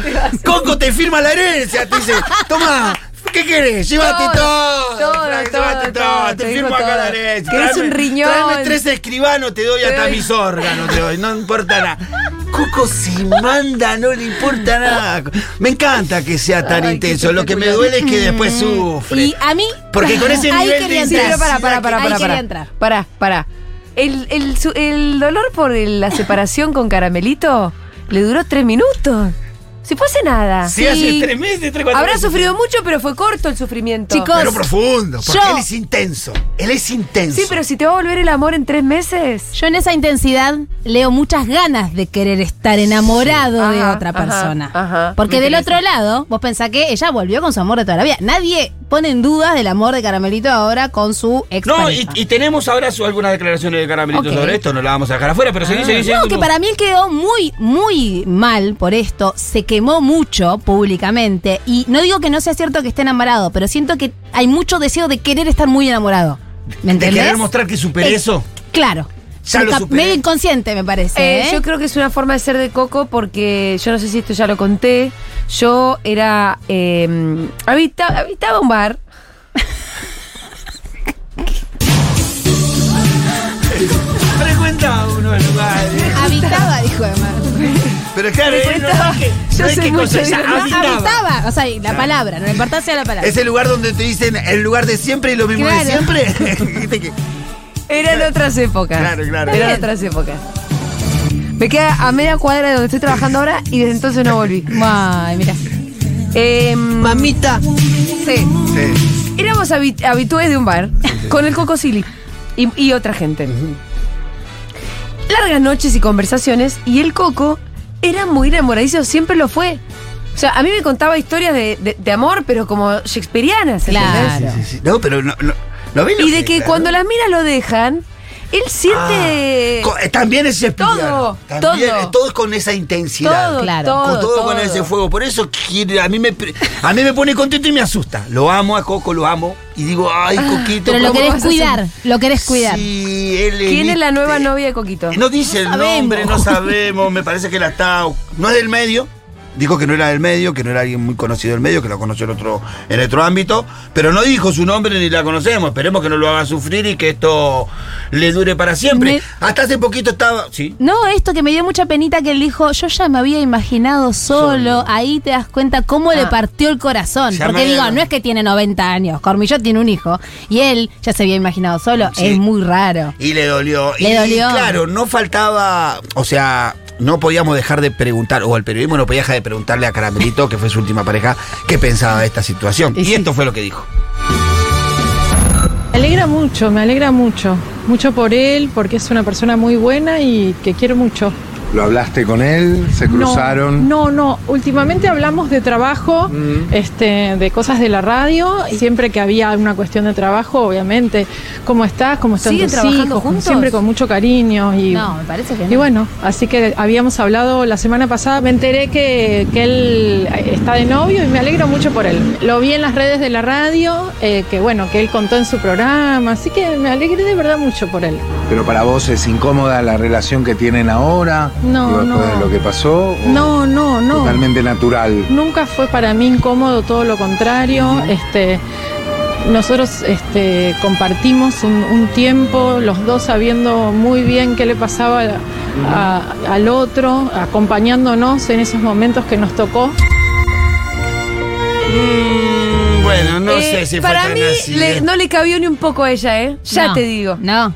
[SPEAKER 2] Coco te firma la herencia, te dice, toma, ¿qué querés? Llévate todo.
[SPEAKER 1] Todo,
[SPEAKER 2] Llévate
[SPEAKER 1] todo, todo,
[SPEAKER 2] Te,
[SPEAKER 1] te
[SPEAKER 2] firmo
[SPEAKER 1] dijo
[SPEAKER 2] acá
[SPEAKER 1] todo.
[SPEAKER 2] la herencia.
[SPEAKER 1] Querés
[SPEAKER 2] Tráeme-
[SPEAKER 1] un riñón.
[SPEAKER 2] Tráeme tres escribanos, te doy
[SPEAKER 1] Te
[SPEAKER 2] hasta
[SPEAKER 1] doy-
[SPEAKER 2] mis órganos, te doy, no importa nada. Coco se manda, no le importa nada. Me encanta que sea tan
[SPEAKER 1] Ay, qué Mm.
[SPEAKER 2] intenso. Lo que me duele es que después sufre.
[SPEAKER 4] Y a mí.
[SPEAKER 2] Porque con ese
[SPEAKER 4] Ahí
[SPEAKER 2] nivel
[SPEAKER 4] quería
[SPEAKER 2] de
[SPEAKER 1] Sí,
[SPEAKER 4] entrar.
[SPEAKER 1] pero para, para, para,
[SPEAKER 4] Ahí
[SPEAKER 1] para.
[SPEAKER 4] quería
[SPEAKER 1] para.
[SPEAKER 4] entrar.
[SPEAKER 1] Pará, pará. El, el su- el dolor por el- la separación con Caramelito le duró tres minutos. Si fue hace nada.
[SPEAKER 2] Sí, hace tres meses, tres, cuatro
[SPEAKER 1] Habrá
[SPEAKER 2] meses.
[SPEAKER 1] sufrido mucho, pero fue corto el sufrimiento.
[SPEAKER 4] Chicos.
[SPEAKER 2] Pero profundo, porque
[SPEAKER 4] Yo-
[SPEAKER 2] él es intenso. Él es intenso.
[SPEAKER 1] Sí, pero si te va a volver el amor en tres meses.
[SPEAKER 4] Yo en esa intensidad leo muchas ganas de querer estar enamorado
[SPEAKER 1] Sí.
[SPEAKER 4] de
[SPEAKER 1] Ajá,
[SPEAKER 4] otra
[SPEAKER 1] ajá,
[SPEAKER 4] persona.
[SPEAKER 1] ajá.
[SPEAKER 4] Porque
[SPEAKER 1] Me
[SPEAKER 4] del
[SPEAKER 1] interesa.
[SPEAKER 4] otro lado, vos pensás que ella volvió con su amor de toda la vida. Nadie pone en dudas del amor de Caramelito ahora con su ex.
[SPEAKER 2] No, y, y tenemos ahora su- algunas declaraciones de Caramelito
[SPEAKER 4] Ok.
[SPEAKER 2] sobre esto, no la vamos a dejar afuera, pero
[SPEAKER 1] Ah.
[SPEAKER 2] seguí, seguí, seguí.
[SPEAKER 4] No, que para mí él quedó muy, muy mal por esto. Se quemó mucho públicamente. Y no digo que no sea cierto que esté enamorado, pero siento que hay mucho deseo de querer estar muy enamorado. ¿Me
[SPEAKER 2] ¿De
[SPEAKER 4] entendés?
[SPEAKER 2] querer mostrar que superé
[SPEAKER 4] Eh,
[SPEAKER 2] eso?
[SPEAKER 4] Claro.
[SPEAKER 2] Ya lo
[SPEAKER 4] Cap-
[SPEAKER 2] superé.
[SPEAKER 4] Medio inconsciente, me parece.
[SPEAKER 1] Eh,
[SPEAKER 4] ¿eh?
[SPEAKER 1] yo creo que es una forma de ser de Coco porque yo no sé si esto ya lo conté. Yo era. eh, habita- habitaba un bar.
[SPEAKER 2] Frecuenta unos
[SPEAKER 4] ¿eh?
[SPEAKER 2] lugares.
[SPEAKER 4] Habitaba, dijo además.
[SPEAKER 2] Pero claro, eh, no es que,
[SPEAKER 1] Yo
[SPEAKER 2] no es
[SPEAKER 1] sé
[SPEAKER 2] que
[SPEAKER 1] mucho
[SPEAKER 2] cosa,
[SPEAKER 1] de
[SPEAKER 2] ella
[SPEAKER 1] eso.
[SPEAKER 2] habitaba.
[SPEAKER 4] O sea, y la palabra, no la importancia de la palabra.
[SPEAKER 2] Es el lugar donde te dicen el lugar de siempre y lo mismo de
[SPEAKER 4] Claro.
[SPEAKER 2] siempre. Viste que-
[SPEAKER 1] Eran otras épocas.
[SPEAKER 2] Claro, claro.
[SPEAKER 1] Eran
[SPEAKER 2] Bien.
[SPEAKER 1] otras épocas. Me queda a media cuadra de donde estoy trabajando ahora y desde entonces no volví.
[SPEAKER 4] Ay, mira.
[SPEAKER 1] Mamita. Em, Sí.
[SPEAKER 2] Sí.
[SPEAKER 1] Éramos habi- habitués de un bar con el Coco Silly y, y otra gente. Largas noches y conversaciones y el Coco era muy enamoradizo, siempre lo fue. O sea, a mí me contaba historias de, de- de amor, pero como shakespearianas, ¿entendés?
[SPEAKER 4] Claro.
[SPEAKER 2] Sí, sí. No, pero no, no, no ven lo
[SPEAKER 1] Y de que
[SPEAKER 2] claro.
[SPEAKER 1] cuando las minas lo dejan, él siente...
[SPEAKER 2] Ah, co- eh, también es
[SPEAKER 1] Todo,
[SPEAKER 2] Shakespeareano. También,
[SPEAKER 1] todo.
[SPEAKER 2] eh, todo es con esa intensidad.
[SPEAKER 1] Todo,
[SPEAKER 4] Claro.
[SPEAKER 1] todo,
[SPEAKER 2] con todo, con
[SPEAKER 1] todo.
[SPEAKER 2] ese fuego. Por eso quiere- a mí, me, pre- a mí me pone contento y me asusta. Lo amo a Coco, lo amo. Y digo, ay,
[SPEAKER 1] Ah,
[SPEAKER 2] Coquito.
[SPEAKER 4] Pero lo
[SPEAKER 2] ¿cómo
[SPEAKER 4] querés
[SPEAKER 2] vas a
[SPEAKER 4] cuidar,
[SPEAKER 2] hacer?
[SPEAKER 4] lo querés cuidar.
[SPEAKER 2] Sí, él
[SPEAKER 1] ¿Quién es la nueva
[SPEAKER 2] viste.
[SPEAKER 1] novia de Coquito?
[SPEAKER 2] No dice
[SPEAKER 4] No
[SPEAKER 2] el
[SPEAKER 4] sabemos.
[SPEAKER 2] nombre, no sabemos. Me parece que la está. No es del medio. Dijo que no era del medio, que no era alguien muy conocido del medio, que lo conoció en otro, en otro ámbito. Pero no dijo su nombre ni la conocemos. Esperemos que no lo haga sufrir y que esto le dure para siempre.
[SPEAKER 4] Me-
[SPEAKER 2] Hasta hace poquito estaba. Sí.
[SPEAKER 4] No, esto que me dio mucha penita que él dijo, yo ya me había imaginado solo, ahí te das cuenta cómo le
[SPEAKER 1] Ah.
[SPEAKER 4] partió el corazón.
[SPEAKER 2] Ya
[SPEAKER 4] Porque
[SPEAKER 2] me-
[SPEAKER 4] digo, no es que tiene 90 años, Cormillot tiene un hijo, y él ya se había imaginado solo,
[SPEAKER 2] Sí.
[SPEAKER 4] es muy raro.
[SPEAKER 2] Y le dolió.
[SPEAKER 4] Le
[SPEAKER 2] y
[SPEAKER 4] dolió.
[SPEAKER 2] claro, no faltaba, o sea, no podíamos dejar de preguntar, o el periodismo no podía dejar de preguntarle a Caramelito, que fue su última pareja, qué pensaba de esta situación. Y, esto fue lo que dijo.
[SPEAKER 9] Me alegra mucho, me alegra mucho. Mucho por él, porque es una persona muy buena y que quiero mucho.
[SPEAKER 10] ¿Lo hablaste con él? ¿Se
[SPEAKER 9] No,
[SPEAKER 10] cruzaron? Mm.
[SPEAKER 9] No, no, Últimamente hablamos de trabajo, este, de cosas de la radio. y Siempre que había una cuestión de trabajo, obviamente. ¿Cómo estás? ¿Cómo están
[SPEAKER 1] ¿Siguen
[SPEAKER 9] tus
[SPEAKER 1] trabajando
[SPEAKER 9] hijos?
[SPEAKER 1] juntos?
[SPEAKER 9] Siempre con mucho cariño. Y,
[SPEAKER 4] No, me parece que
[SPEAKER 9] y
[SPEAKER 4] no.
[SPEAKER 9] bueno, así que habíamos hablado la semana pasada. Me enteré que, que él eh, está de novio y me alegro mucho por él. Lo vi en las redes de la radio, eh, que bueno, que él contó en su programa. Así que me alegré de verdad mucho por él.
[SPEAKER 10] ¿Pero para vos es incómoda la relación que tienen ahora?
[SPEAKER 9] No,
[SPEAKER 10] Digo, después
[SPEAKER 9] no.
[SPEAKER 10] de lo que pasó? ¿O
[SPEAKER 9] No, no, no.
[SPEAKER 10] Totalmente natural.
[SPEAKER 9] Nunca fue para mí incómodo, todo lo contrario. Este, nosotros este, compartimos un, un tiempo, los dos sabiendo muy bien qué le pasaba a- al otro, acompañándonos en esos momentos que nos tocó.
[SPEAKER 2] Mm, bueno, no
[SPEAKER 1] Eh,
[SPEAKER 2] sé si fue
[SPEAKER 1] para
[SPEAKER 2] tan
[SPEAKER 1] mí
[SPEAKER 2] así,
[SPEAKER 1] le-
[SPEAKER 2] ¿eh?
[SPEAKER 1] no le cabió ni un poco a ella, ¿eh? Ya
[SPEAKER 4] No,
[SPEAKER 1] te digo.
[SPEAKER 4] No.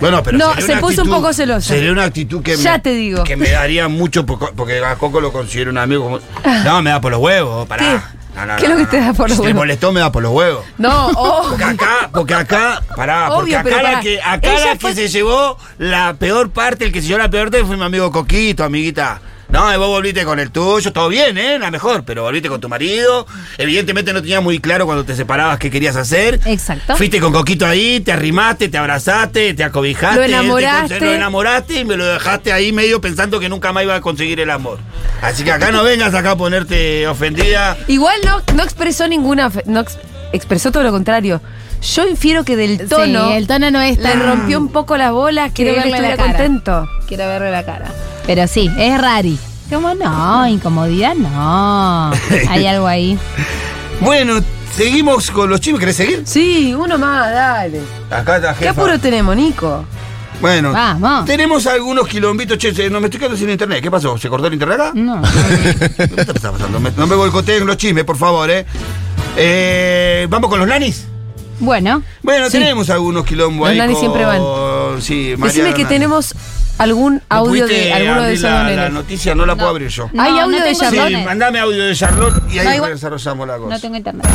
[SPEAKER 2] Bueno, pero
[SPEAKER 1] No,
[SPEAKER 2] sería
[SPEAKER 1] se
[SPEAKER 2] una
[SPEAKER 1] puso un
[SPEAKER 2] actitud-
[SPEAKER 1] poco celoso.
[SPEAKER 2] Sería una actitud que
[SPEAKER 1] Ya
[SPEAKER 2] me,
[SPEAKER 1] te digo.
[SPEAKER 2] que me daría mucho por- porque a Coco lo considero un amigo. como- No, me da por los huevos, pará.
[SPEAKER 1] Ah. ¿Qué?
[SPEAKER 2] No, no,
[SPEAKER 1] ¿Qué es
[SPEAKER 2] no,
[SPEAKER 1] lo que
[SPEAKER 2] no,
[SPEAKER 1] te da
[SPEAKER 2] no.
[SPEAKER 1] por los
[SPEAKER 2] Si te
[SPEAKER 1] huevos?
[SPEAKER 2] molestó, me da por los huevos.
[SPEAKER 1] No, oh.
[SPEAKER 2] Porque acá, porque acá, pará, porque
[SPEAKER 1] Obvio, pero
[SPEAKER 2] acá la
[SPEAKER 1] pará.
[SPEAKER 2] que, acá
[SPEAKER 1] Ella
[SPEAKER 2] la que
[SPEAKER 1] fue-
[SPEAKER 2] se llevó la peor parte, el que se llevó la peor parte fue mi amigo Coquito, amiguita. No, y vos volviste con el tuyo, todo bien, ¿eh? La mejor, pero volviste con tu marido. Evidentemente no tenías muy claro cuando te separabas qué querías hacer.
[SPEAKER 4] Exacto.
[SPEAKER 2] Fuiste con Coquito ahí, te arrimaste, te abrazaste, te acobijaste.
[SPEAKER 1] Lo
[SPEAKER 2] él te conse-
[SPEAKER 1] enamoraste.
[SPEAKER 2] lo enamoraste y me lo dejaste ahí medio pensando que nunca más iba a conseguir el amor. Así que acá no vengas acá a ponerte ofendida.
[SPEAKER 1] Igual no, no expresó ninguna. fe- No ex- expresó todo lo contrario. Yo infiero que del tono.
[SPEAKER 4] Sí, el tono no es
[SPEAKER 1] le
[SPEAKER 4] tan...
[SPEAKER 1] rompió un poco las bolas, que
[SPEAKER 4] Quiero
[SPEAKER 1] él
[SPEAKER 4] verle la
[SPEAKER 1] estuviera
[SPEAKER 4] cara.
[SPEAKER 1] contento.
[SPEAKER 4] Quiero verle la cara. Pero sí, es rari. ¿Cómo no? Incomodidad no. Hay algo ahí.
[SPEAKER 2] Bueno, seguimos con los chismes. ¿Querés seguir?
[SPEAKER 1] Sí, uno más, dale.
[SPEAKER 2] Acá está
[SPEAKER 1] ¿Qué
[SPEAKER 2] jefa.
[SPEAKER 1] apuro tenemos, Nico?
[SPEAKER 2] Bueno,
[SPEAKER 4] Vamos.
[SPEAKER 2] tenemos algunos quilombitos. Che, se- no me estoy quedando sin internet. ¿Qué pasó? ¿Se cortó el internet acá?
[SPEAKER 1] Mm.
[SPEAKER 4] No.
[SPEAKER 2] ¿Qué está pasando? Me- No me boicoteen los chismes, por favor, ¿eh? eh vamos con los nanis?
[SPEAKER 4] Bueno.
[SPEAKER 2] Bueno,
[SPEAKER 1] Sí.
[SPEAKER 2] tenemos algunos quilombos
[SPEAKER 1] Los
[SPEAKER 2] ahí
[SPEAKER 1] nanis
[SPEAKER 2] con-
[SPEAKER 1] siempre van.
[SPEAKER 2] Sí,
[SPEAKER 1] Decime
[SPEAKER 2] Mariana
[SPEAKER 1] que
[SPEAKER 2] Nani.
[SPEAKER 1] tenemos algún
[SPEAKER 2] ¿No
[SPEAKER 1] audio
[SPEAKER 2] pudiste
[SPEAKER 1] de alguno de
[SPEAKER 2] abrir
[SPEAKER 1] esos
[SPEAKER 2] la, la
[SPEAKER 1] nenes.
[SPEAKER 2] noticia no la puedo abrir yo.
[SPEAKER 1] ¿Hay audio de
[SPEAKER 2] Sí,
[SPEAKER 1] Charlotte?
[SPEAKER 2] mandame audio de Charlotte y
[SPEAKER 11] No,
[SPEAKER 2] ahí
[SPEAKER 11] igual-
[SPEAKER 2] desarrollamos la cosa.
[SPEAKER 11] tengo internet.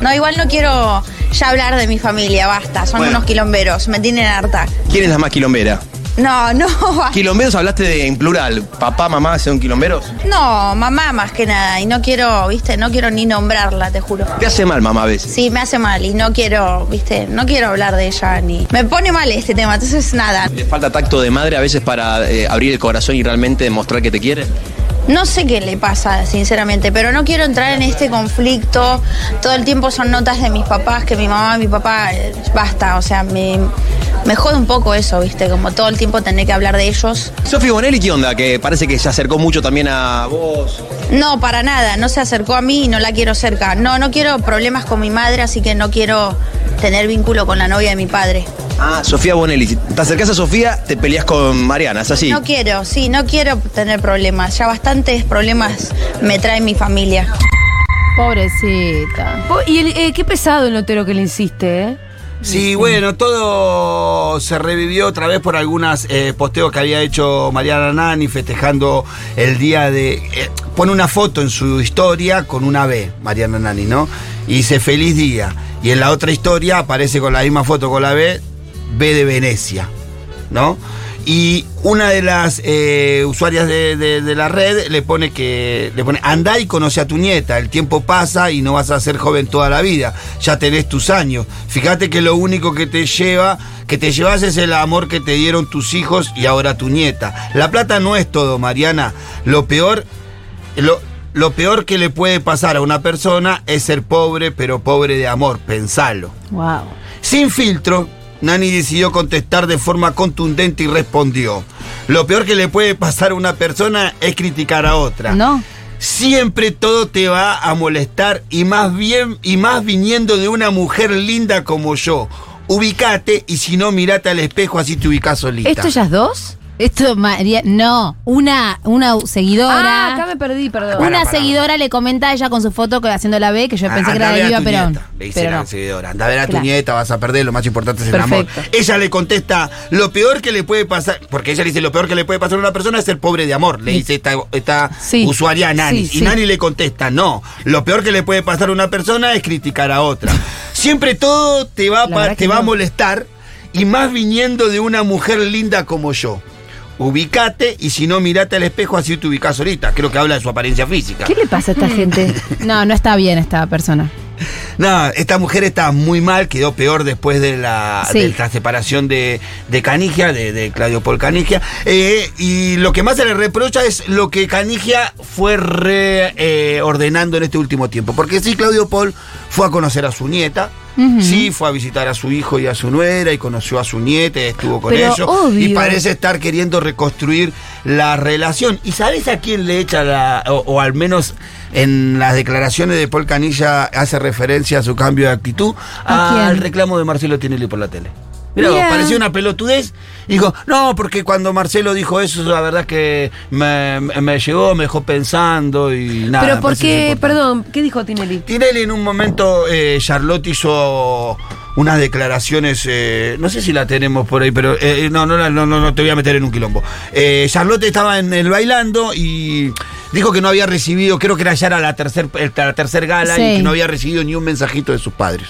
[SPEAKER 11] No, igual no quiero ya hablar de mi familia, basta. Son
[SPEAKER 12] Bueno.
[SPEAKER 11] unos quilomberos, me tienen harta.
[SPEAKER 12] ¿Quién es la más quilombera?
[SPEAKER 11] No, no, basta.
[SPEAKER 12] Quilomberos hablaste de, en plural. Papá, mamá, son quilomberos.
[SPEAKER 11] no, mamá más que nada. Y no quiero, viste, no quiero ni nombrarla, te juro.
[SPEAKER 12] Te hace mal, mamá, a veces.
[SPEAKER 11] Sí, me hace mal y no quiero, viste, no quiero hablar de ella ni. Me pone mal este tema, entonces nada.
[SPEAKER 12] ¿Le falta tacto de madre a veces para eh, abrir el corazón y realmente demostrar que te quiere?
[SPEAKER 11] No sé qué le pasa, sinceramente, pero no quiero entrar en este conflicto. Todo el tiempo son notas de mis papás, que mi mamá, mi papá, eh, basta. O sea, me, me jode un poco eso, viste, como todo el tiempo tener que hablar de ellos.
[SPEAKER 12] Sofi Bonelli, ¿qué onda? Que parece que se acercó mucho también a vos.
[SPEAKER 11] No, para nada, no se acercó a mí y no la quiero cerca. No, no quiero problemas con mi madre, así que no quiero tener vínculo con la novia de mi padre.
[SPEAKER 12] Ah, Sofía Bonelli. Si te acercás a Sofía, te peleas con Mariana, ¿es así?
[SPEAKER 11] No quiero, sí, no quiero tener problemas. Ya bastantes problemas me trae mi familia.
[SPEAKER 4] Pobrecita.
[SPEAKER 1] Po- Y el- eh, qué pesado el notero que le insiste, ¿eh?
[SPEAKER 2] Sí, bueno, todo se revivió otra vez por algunas eh, posteos que había hecho Mariana Nani festejando el día de... eh, pone una foto en su historia con una B, Mariana Nani, ¿no? Y dice feliz día. Y en la otra historia aparece con la misma foto con la B, B de Venecia, ¿no? Y una de las eh, usuarias de, de- de la red le pone que le pone andá y conoce a tu nieta. El tiempo pasa y no vas a ser joven toda la vida. Ya tenés tus años. Fíjate que lo único que te lleva que te llevas es el amor que te dieron tus hijos y ahora tu nieta. La plata no es todo, Mariana. Lo peor lo, lo peor que le puede pasar a una persona es ser pobre, pero pobre de amor. Pensalo.
[SPEAKER 4] Wow.
[SPEAKER 2] Sin filtro, Nani decidió contestar de forma contundente y respondió. Lo peor que le puede pasar a una persona es criticar a otra.
[SPEAKER 4] No.
[SPEAKER 2] Siempre todo te va a molestar y más bien y más viniendo de una mujer linda como yo. Ubicate y si no mirate al espejo así te ubicás solita.
[SPEAKER 1] ¿Esto ya es dos?
[SPEAKER 4] Esto, María, no, una, una seguidora.
[SPEAKER 1] Ah, acá me perdí, perdón.
[SPEAKER 4] Una
[SPEAKER 2] Pará, pará.
[SPEAKER 4] seguidora le comenta a ella con su foto que- haciendo la B, que yo pensé que era
[SPEAKER 2] Andá
[SPEAKER 4] de
[SPEAKER 2] Ah, a ver a
[SPEAKER 4] Viva
[SPEAKER 2] tu
[SPEAKER 4] Perón.
[SPEAKER 2] nieta, Le dice
[SPEAKER 4] Pero
[SPEAKER 2] la
[SPEAKER 4] no.
[SPEAKER 2] seguidora, anda a ver a tu
[SPEAKER 4] Claro.
[SPEAKER 2] nieta, vas a perder, lo más importante es el amor.
[SPEAKER 4] Perfecto.
[SPEAKER 2] Ella le contesta, lo peor que le puede pasar, porque ella le dice, lo peor que le puede pasar a una persona es ser pobre de amor, le dice esta, esta
[SPEAKER 1] Sí.
[SPEAKER 2] usuaria a Nani.
[SPEAKER 1] Sí,
[SPEAKER 2] y
[SPEAKER 1] sí.
[SPEAKER 2] Nani le contesta, no, lo peor que le puede pasar a una persona es criticar a otra. Siempre todo te va,
[SPEAKER 1] La
[SPEAKER 2] a pa-
[SPEAKER 1] verdad
[SPEAKER 2] te
[SPEAKER 1] que
[SPEAKER 2] va a
[SPEAKER 1] no.
[SPEAKER 2] molestar, y más viniendo de una mujer linda como yo. Ubicate y si no mirate al espejo así te ubicás ahorita. Creo que habla de su apariencia física.
[SPEAKER 1] ¿Qué le pasa a
[SPEAKER 4] Hmm.
[SPEAKER 1] esta gente?
[SPEAKER 4] Eh, No, no está bien esta persona.
[SPEAKER 2] Nada, esta mujer está muy mal, quedó peor después de la,
[SPEAKER 4] Sí.
[SPEAKER 2] de la separación de, de Canigia, de, de Claudio Paul Canigia. Eh, y lo que más se le reprocha es lo que Canigia fue re, eh, ordenando en este último tiempo. Porque sí, Claudio Paul fue a conocer a su nieta.
[SPEAKER 4] Ujú.
[SPEAKER 2] Sí, fue a visitar a su hijo y a su nuera y conoció a su nieta y estuvo con
[SPEAKER 1] Pero
[SPEAKER 2] ellos.
[SPEAKER 1] obvio.
[SPEAKER 2] Y parece estar queriendo reconstruir la relación. ¿Y sabes a quién le echa la, o, o al menos en las declaraciones de Paul Canilla hace referencia a su cambio de actitud?
[SPEAKER 4] ¿A
[SPEAKER 2] Al
[SPEAKER 4] quién?
[SPEAKER 2] reclamo de Marcelo Tinelli por la tele. Mira,
[SPEAKER 4] Mirá.
[SPEAKER 2] parecía una pelotudez. Dijo, no, porque cuando Marcelo dijo eso, la verdad es que me, me- me llegó, me dejó pensando y nada.
[SPEAKER 1] Pero
[SPEAKER 2] me
[SPEAKER 1] ¿por
[SPEAKER 2] parece que es
[SPEAKER 1] qué?
[SPEAKER 2] importante.
[SPEAKER 1] Perdón, ¿qué dijo Tinelli?
[SPEAKER 2] Tinelli en un momento, eh, Charlotte hizo unas declaraciones, eh, no sé si la tenemos por ahí, pero eh, no, no, la- no, no, no te voy a meter en un quilombo. Eh, Charlotte estaba en el bailando y dijo que no había recibido, creo que era ya era la tercer, eh, la tercer gala
[SPEAKER 4] Sí.
[SPEAKER 2] y que no había recibido ni un mensajito de sus padres.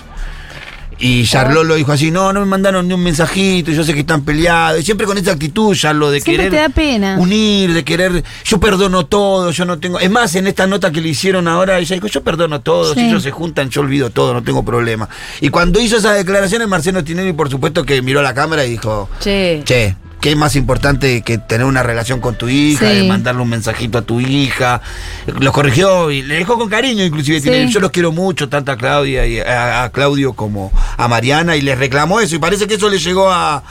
[SPEAKER 2] Y Charlotte lo dijo así, no, no me mandaron ni un mensajito, yo sé que están peleados. Y siempre con esa actitud, Charlotte, de
[SPEAKER 4] Siempre
[SPEAKER 2] querer
[SPEAKER 4] te da pena.
[SPEAKER 2] unir, de querer, yo perdono todo, yo no tengo... Es más, en esta nota que le hicieron ahora, ella dijo, yo perdono todo, si
[SPEAKER 4] Sí.
[SPEAKER 2] ellos se juntan, yo olvido todo, no tengo problema. Y cuando hizo esas declaraciones, Marcelo Tinelli, por supuesto, que miró a la cámara y dijo,
[SPEAKER 1] Che.
[SPEAKER 2] che, ¿qué es más importante que tener una relación con tu hija,
[SPEAKER 4] Sí.
[SPEAKER 2] de mandarle un mensajito a tu hija? Los corrigió y le dejó con cariño, inclusive.
[SPEAKER 4] Sí.
[SPEAKER 2] Tinelli. Yo los quiero mucho, tanto a Claudia y a, a Claudio como a Mariana, y les reclamó eso. Y parece que eso le llegó a,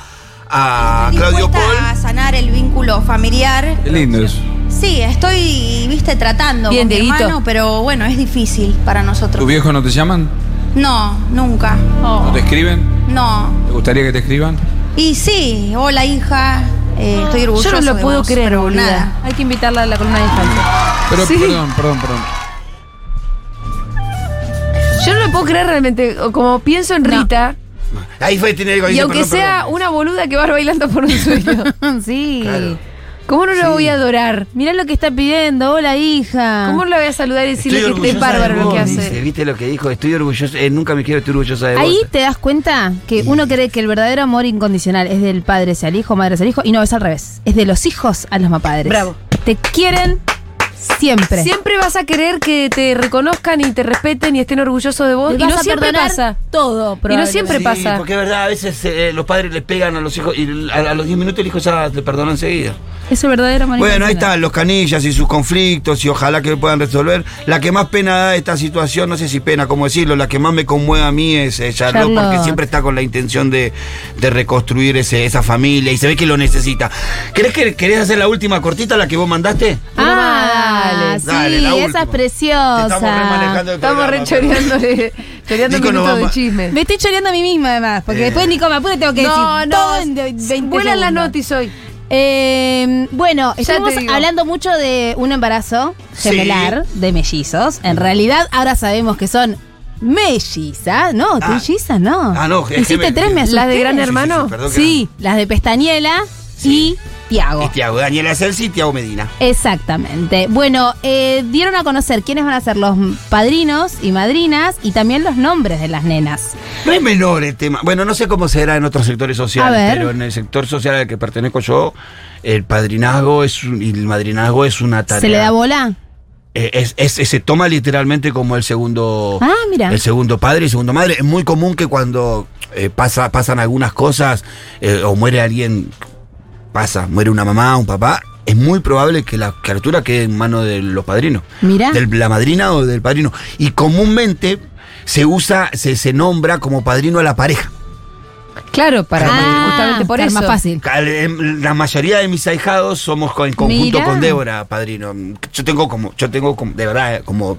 [SPEAKER 2] a Claudio
[SPEAKER 11] Dispuesta
[SPEAKER 2] Paul.
[SPEAKER 11] a sanar el vínculo familiar.
[SPEAKER 3] Qué lindo eso.
[SPEAKER 11] Sí, estoy, viste, tratando
[SPEAKER 1] Bien,
[SPEAKER 11] con mi
[SPEAKER 1] Dieguito.
[SPEAKER 11] hermano, pero bueno, es difícil para
[SPEAKER 3] ¿Tus
[SPEAKER 11] nosotros.
[SPEAKER 3] viejos no te llaman?
[SPEAKER 11] No, nunca.
[SPEAKER 3] ¿No te escriben?
[SPEAKER 11] No.
[SPEAKER 3] ¿Te gustaría que te escriban?
[SPEAKER 11] Y sí, hola hija, eh, estoy orgulloso
[SPEAKER 1] Yo no lo
[SPEAKER 11] de
[SPEAKER 1] puedo
[SPEAKER 11] vos,
[SPEAKER 1] creer,
[SPEAKER 11] pero
[SPEAKER 1] boluda.
[SPEAKER 11] nada.
[SPEAKER 4] Hay que invitarla a la columna de infancia.
[SPEAKER 3] Pero,
[SPEAKER 1] Sí.
[SPEAKER 3] perdón, perdón, perdón.
[SPEAKER 1] Yo no lo puedo creer realmente. o Como pienso en Rita,
[SPEAKER 2] Ahí fue tener algo
[SPEAKER 1] Y aunque sea una boluda que va bailando por un sueño.
[SPEAKER 4] sí.
[SPEAKER 2] Claro.
[SPEAKER 1] ¿Cómo no lo voy a adorar?
[SPEAKER 4] Mirá lo que está pidiendo, hola hija.
[SPEAKER 1] ¿Cómo no la voy a saludar y decirle que es bárbaro lo que hace?
[SPEAKER 2] ¿Viste lo que dijo? Estoy orgulloso, eh, nunca me quiero estoy orgullosa de
[SPEAKER 4] Ahí
[SPEAKER 2] vos.
[SPEAKER 4] te das cuenta que uno cree que el verdadero amor incondicional es del padre hacia el hijo, madre hacia el hijo, y no, es al revés. Es de los hijos a los mapadres.
[SPEAKER 1] Bravo.
[SPEAKER 4] Te quieren siempre.
[SPEAKER 1] Siempre vas a querer que te reconozcan y te respeten y estén orgullosos de vos.
[SPEAKER 4] Te
[SPEAKER 1] Y
[SPEAKER 4] vas
[SPEAKER 1] no
[SPEAKER 4] a
[SPEAKER 1] siempre
[SPEAKER 4] perdonar
[SPEAKER 1] pasa.
[SPEAKER 4] Todo,
[SPEAKER 1] Y no siempre
[SPEAKER 2] Sí,
[SPEAKER 1] pasa.
[SPEAKER 2] Porque es verdad, a veces eh, los padres le pegan a los hijos y a, a los 10 minutos el hijo ya te perdonó enseguida.
[SPEAKER 4] Es el verdadero amor
[SPEAKER 2] Bueno, ahí
[SPEAKER 4] incondicional.
[SPEAKER 2] están los canillas y sus conflictos y ojalá que puedan resolver. La que más pena da esta situación, no sé si pena, cómo decirlo, la que más me conmueve a mí es eh, Charlotte,
[SPEAKER 4] Charlotte.
[SPEAKER 2] porque siempre está con la intención de, de reconstruir ese, esa familia y se ve que lo necesita. ¿Crees que querés hacer la última cortita, la que vos mandaste?
[SPEAKER 4] Ah,
[SPEAKER 2] Dale.
[SPEAKER 4] sí,
[SPEAKER 2] Dale, la
[SPEAKER 4] esa
[SPEAKER 2] última.
[SPEAKER 4] es
[SPEAKER 2] Te
[SPEAKER 4] preciosa.
[SPEAKER 2] estamos remanejando el
[SPEAKER 1] Estamos
[SPEAKER 2] programa,
[SPEAKER 1] rechoreándole, choreando
[SPEAKER 2] Nico, no
[SPEAKER 1] minutos de
[SPEAKER 2] vamos-
[SPEAKER 1] chisme.
[SPEAKER 4] Me estoy choreando a mí misma además, porque
[SPEAKER 2] Eh.
[SPEAKER 4] después Nico me apura tengo que
[SPEAKER 1] No,
[SPEAKER 4] decir
[SPEAKER 1] no,
[SPEAKER 4] todo en de- 20
[SPEAKER 1] vuelan las
[SPEAKER 4] segundos.
[SPEAKER 1] notis hoy.
[SPEAKER 4] Eh, bueno,
[SPEAKER 1] Ya
[SPEAKER 4] estamos
[SPEAKER 1] te digo.
[SPEAKER 4] hablando mucho de un embarazo
[SPEAKER 2] Sí. Mm.
[SPEAKER 4] gemelar de mellizos. En realidad, ahora sabemos que son mellizas. No,
[SPEAKER 2] Ah.
[SPEAKER 4] mellizas no.
[SPEAKER 2] Ah, no, es
[SPEAKER 4] Hiciste
[SPEAKER 2] gemel-
[SPEAKER 4] tres, me asusté.
[SPEAKER 1] ¿Las de Gran
[SPEAKER 2] Sí, sí, sí,
[SPEAKER 1] Hermano?
[SPEAKER 2] perdón que
[SPEAKER 4] Sí, las de Pestañela y Tiago.
[SPEAKER 2] Y Tiago, Daniela Celsi y Tiago Medina.
[SPEAKER 4] Exactamente. Bueno, eh, dieron a conocer quiénes van a ser los padrinos y madrinas y también los nombres de las nenas.
[SPEAKER 2] No es menor el tema. Bueno, no sé cómo será en otros sectores sociales,
[SPEAKER 4] A ver.
[SPEAKER 2] pero en el sector social al que pertenezco yo, el padrinazgo es un- y el madrinazgo es una tarea.
[SPEAKER 4] ¿Se le da bola?
[SPEAKER 2] Eh, es- es- se toma literalmente como el segundo
[SPEAKER 4] Ah, mira.
[SPEAKER 2] el segundo padre y segundo madre. Es muy común que cuando eh, pasa, pasan algunas cosas eh, o muere alguien, pasa, muere una mamá, un papá, es muy probable que la criatura quede en manos de los padrinos.
[SPEAKER 4] Mira.
[SPEAKER 2] De la madrina o del padrino. Y comúnmente se usa, se, se nombra como padrino a la pareja.
[SPEAKER 1] Claro, para
[SPEAKER 4] Ah,
[SPEAKER 1] justamente por
[SPEAKER 4] para
[SPEAKER 1] eso.
[SPEAKER 4] más fácil.
[SPEAKER 2] Cal- em, La mayoría de mis ahijados somos co- en conjunto
[SPEAKER 4] Mirá.
[SPEAKER 2] con Débora, padrino. Yo tengo como, yo tengo como, de verdad, eh, como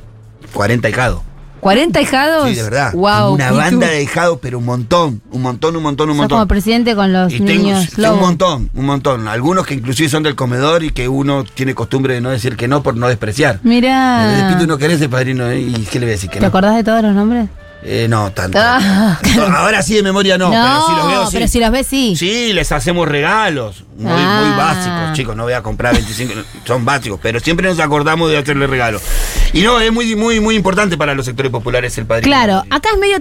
[SPEAKER 2] 40 ahijados.
[SPEAKER 1] 40 hijados.
[SPEAKER 2] Sí, de verdad.
[SPEAKER 1] Wow.
[SPEAKER 2] una banda de hijados, pero un montón, un montón, un montón, un
[SPEAKER 4] Sos como
[SPEAKER 2] montón.
[SPEAKER 4] presidente con los
[SPEAKER 2] Y tengo
[SPEAKER 4] niños.
[SPEAKER 2] tengo un
[SPEAKER 4] lobo.
[SPEAKER 2] montón, un montón. Algunos que inclusive son del comedor y que uno tiene costumbre de no decir que no por no despreciar.
[SPEAKER 4] Mirá.
[SPEAKER 2] De repente uno querés ser padrino ¿eh? y ¿qué le voy a decir que
[SPEAKER 4] Ah. ¿Te
[SPEAKER 2] no?
[SPEAKER 4] acordás de todos los nombres?
[SPEAKER 2] Eh, no, tanto.
[SPEAKER 4] Ah.
[SPEAKER 2] No, Ahora sí de memoria no, pero si los veo sí.
[SPEAKER 4] pero si los ves, sí.
[SPEAKER 2] Sí, les hacemos regalos, muy,
[SPEAKER 4] Ah.
[SPEAKER 2] muy básicos, chicos, no voy a comprar 25, son básicos, pero siempre nos acordamos de hacerle regalos. Y no, es muy, muy, muy importante para los sectores populares el padrino.
[SPEAKER 4] Claro, acá es medio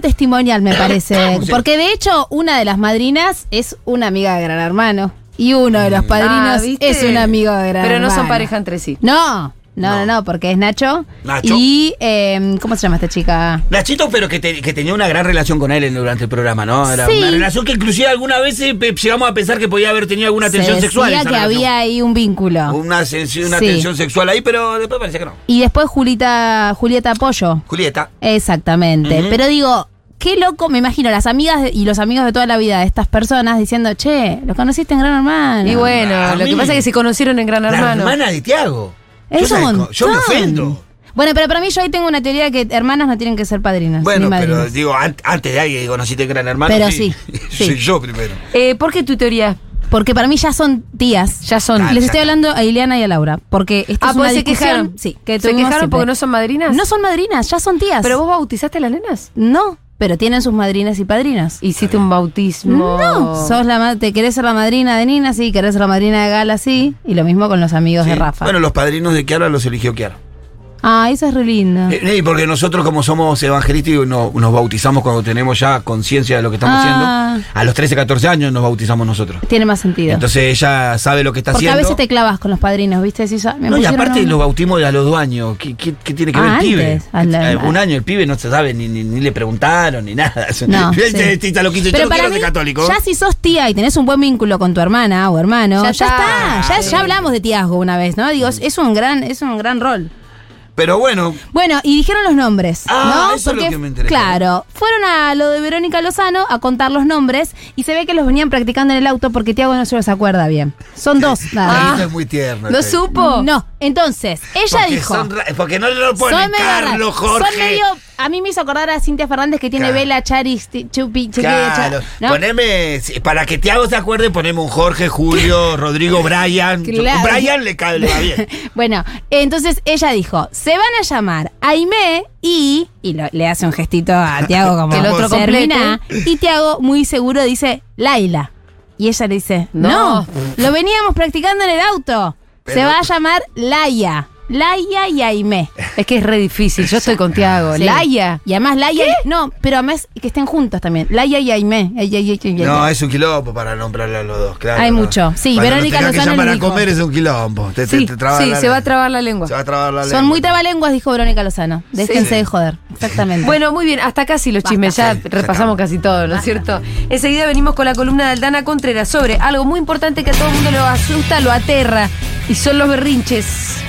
[SPEAKER 4] testimonial, me parece.
[SPEAKER 2] Sí.
[SPEAKER 4] Porque de hecho, una de las madrinas es una amiga de Gran Hermano. Y uno de los
[SPEAKER 1] Ah,
[SPEAKER 4] padrinos
[SPEAKER 1] ¿viste?
[SPEAKER 4] es un amigo de Gran Hermano.
[SPEAKER 1] Pero no son pareja entre sí.
[SPEAKER 4] No, no, no,
[SPEAKER 2] No.
[SPEAKER 4] no, porque es Nacho.
[SPEAKER 2] Nacho.
[SPEAKER 4] Y, eh, ¿cómo se llama esta chica?
[SPEAKER 2] Nachito, pero que, te- que tenía una gran relación con él en- durante el programa, ¿no? Era
[SPEAKER 4] Sí.
[SPEAKER 2] una relación que inclusive algunas veces pe- llegamos a pensar que podía haber tenido alguna
[SPEAKER 4] Se
[SPEAKER 2] tensión
[SPEAKER 4] decía
[SPEAKER 2] sexual. esa
[SPEAKER 4] que
[SPEAKER 2] relación.
[SPEAKER 4] había ahí un vínculo.
[SPEAKER 2] Una, sen- una
[SPEAKER 4] Sí.
[SPEAKER 2] tensión sexual ahí, pero después parecía que no.
[SPEAKER 4] Y después Julita, Julieta Pollo.
[SPEAKER 2] Julieta.
[SPEAKER 4] Exactamente.
[SPEAKER 2] Ujú.
[SPEAKER 4] Pero digo, qué loco, me imagino, las amigas y los amigos de toda la vida de estas personas diciendo, che, lo conociste en Gran Hermano.
[SPEAKER 1] Y bueno,
[SPEAKER 2] A
[SPEAKER 1] lo que
[SPEAKER 2] mí.
[SPEAKER 1] pasa es que se conocieron en Gran
[SPEAKER 2] La
[SPEAKER 1] Hermano.
[SPEAKER 2] hermana de Tiago.
[SPEAKER 4] Es
[SPEAKER 2] yo,
[SPEAKER 4] un
[SPEAKER 2] la- yo me
[SPEAKER 4] montón.
[SPEAKER 2] ofendo.
[SPEAKER 4] Bueno, pero para mí yo ahí tengo una teoría de que hermanas no tienen que ser padrinas.
[SPEAKER 2] Bueno,
[SPEAKER 4] ni
[SPEAKER 2] pero
[SPEAKER 4] madrinas.
[SPEAKER 2] digo, an- antes de alguien que conociste gran hermano.
[SPEAKER 4] Pero sí,
[SPEAKER 2] Soy
[SPEAKER 4] sí.
[SPEAKER 2] yo primero.
[SPEAKER 1] Eh, ¿Por qué tu teoría?
[SPEAKER 4] Porque para mí ya son tías.
[SPEAKER 1] Ya son.
[SPEAKER 2] Claro. Ah,
[SPEAKER 4] Les
[SPEAKER 2] ya
[SPEAKER 4] estoy
[SPEAKER 2] está.
[SPEAKER 4] hablando a Ileana y a Laura. Porque esta
[SPEAKER 1] Ah,
[SPEAKER 4] es una
[SPEAKER 1] pues se
[SPEAKER 4] discusión-
[SPEAKER 1] quejaron.
[SPEAKER 4] Sí, que
[SPEAKER 1] se
[SPEAKER 4] tuvimos
[SPEAKER 1] quejaron
[SPEAKER 4] siempre.
[SPEAKER 1] porque no son madrinas.
[SPEAKER 4] No son madrinas, ya son tías.
[SPEAKER 1] ¿Pero vos bautizaste a las nenas?
[SPEAKER 4] No, pero tienen sus madrinas y padrinas.
[SPEAKER 1] Hiciste un bautismo.
[SPEAKER 4] No, sos la ma- te querés ser la madrina de Nina, sí, querés ser la madrina de Gala, sí, y lo mismo con los amigos de
[SPEAKER 2] Sí.
[SPEAKER 4] Rafa.
[SPEAKER 2] Bueno, los padrinos de Kiara los eligió Kiara.
[SPEAKER 4] ah, eso es re lindo.
[SPEAKER 2] Eh, eh, porque nosotros como somos evangelísticos no- nos bautizamos cuando tenemos ya conciencia de lo que estamos
[SPEAKER 4] Ah.
[SPEAKER 2] haciendo. A los 13, 14 años nos bautizamos nosotros.
[SPEAKER 4] Tiene más sentido.
[SPEAKER 2] Entonces ella sabe lo que está
[SPEAKER 4] Porque a
[SPEAKER 2] haciendo.
[SPEAKER 4] veces te clavas con los padrinos, ¿viste? Decís, ah, me
[SPEAKER 2] no, y
[SPEAKER 4] pusieron
[SPEAKER 2] aparte
[SPEAKER 4] un-
[SPEAKER 2] los bautismos de a los dos años. ¿Qué, qué- qué tiene que
[SPEAKER 4] Ah,
[SPEAKER 2] ver el pibe?
[SPEAKER 4] antes, a la-
[SPEAKER 2] Eh, Un año el pibe no se sabe, ni, ni, ni le preguntaron, ni nada.
[SPEAKER 4] No,
[SPEAKER 2] Este-
[SPEAKER 4] sí.
[SPEAKER 2] este está loquito, yo
[SPEAKER 4] Pero
[SPEAKER 2] no
[SPEAKER 4] para
[SPEAKER 2] quiero
[SPEAKER 4] mí,
[SPEAKER 2] ser católico.
[SPEAKER 4] ya si sos tía y tenés un buen vínculo con tu hermana o hermano, ya,
[SPEAKER 1] Ya
[SPEAKER 4] está,
[SPEAKER 1] está.
[SPEAKER 4] ya, ya hablamos de tiazgo una vez, ¿no? Digo, es-
[SPEAKER 2] Mm.
[SPEAKER 4] es un gran, es un gran rol.
[SPEAKER 2] Pero bueno,
[SPEAKER 4] Bueno, y dijeron los nombres.
[SPEAKER 2] Ah,
[SPEAKER 4] ¿no?
[SPEAKER 2] eso es lo que me interesa.
[SPEAKER 4] Claro, fueron a lo de Verónica Lozano a contar los nombres y se ve que los venían practicando en el auto porque Tiago no se los acuerda bien. Son dos, nada.
[SPEAKER 2] ahí es muy tierno.
[SPEAKER 1] ¿Lo
[SPEAKER 2] el pibe.
[SPEAKER 1] supo?
[SPEAKER 4] No, entonces, ella
[SPEAKER 2] Porque
[SPEAKER 4] dijo.
[SPEAKER 2] son ra- porque no lo
[SPEAKER 4] "Son
[SPEAKER 2] ponen
[SPEAKER 4] medio
[SPEAKER 2] Carlos,
[SPEAKER 4] ra- son
[SPEAKER 2] Jorge.
[SPEAKER 4] medio a mí me hizo acordar a Cintia Fernández que tiene
[SPEAKER 2] Claro.
[SPEAKER 4] Vela Charis ti- Chupi Chequecha,
[SPEAKER 2] Claro.
[SPEAKER 4] ¿no?
[SPEAKER 2] Poneme, si- para que Tiago se acuerde, ponemos un Jorge, Julio, Rodrigo, Brian. Yo-
[SPEAKER 4] Claro.
[SPEAKER 2] Brian le, cae, le va bien.
[SPEAKER 4] Bueno, entonces ella dijo, se van a llamar Aime y... Y lo- le hace un gestito a Tiago como...
[SPEAKER 1] El otro
[SPEAKER 4] "Sermina", Y Tiago muy seguro dice, Laila. Y ella le dice, no,
[SPEAKER 1] No.
[SPEAKER 4] lo veníamos practicando en el auto. se
[SPEAKER 1] Pero-
[SPEAKER 4] va a llamar Laia. Laia y Aime.
[SPEAKER 1] Es que es re difícil. Yo estoy con Tiago.
[SPEAKER 4] Sí.
[SPEAKER 1] Laia.
[SPEAKER 4] Y además Laia... y- No, pero además que estén juntos también. Laia y Aime. Ay, ay, ay, ay, ay,
[SPEAKER 2] No,
[SPEAKER 4] ay.
[SPEAKER 2] es un quilombo para nombrarle a los dos, claro.
[SPEAKER 4] Hay
[SPEAKER 2] ¿no?
[SPEAKER 4] mucho. Sí,
[SPEAKER 2] Cuando
[SPEAKER 4] Verónica
[SPEAKER 2] lo tengas
[SPEAKER 4] Lozano
[SPEAKER 2] que
[SPEAKER 4] es
[SPEAKER 2] llamar
[SPEAKER 4] el
[SPEAKER 2] a
[SPEAKER 4] único.
[SPEAKER 2] comer es un quilombo. Te- te-
[SPEAKER 1] Sí,
[SPEAKER 2] te traba
[SPEAKER 1] sí,
[SPEAKER 2] la
[SPEAKER 1] se va a
[SPEAKER 2] lengua.
[SPEAKER 1] trabar la lengua.
[SPEAKER 2] Se va a trabar la
[SPEAKER 4] Son
[SPEAKER 2] lengua.
[SPEAKER 4] muy trabalenguas, dijo Verónica Lozano. Déjense
[SPEAKER 1] Sí.
[SPEAKER 4] de joder. Exactamente.
[SPEAKER 1] Bueno, muy bien, hasta casi los chismes, ya repasamos casi todo, ¿no es cierto? Enseguida venimos con la columna de Aldana Contreras sobre algo muy importante que a todo el mundo lo asusta, lo aterra, y son los berrinches.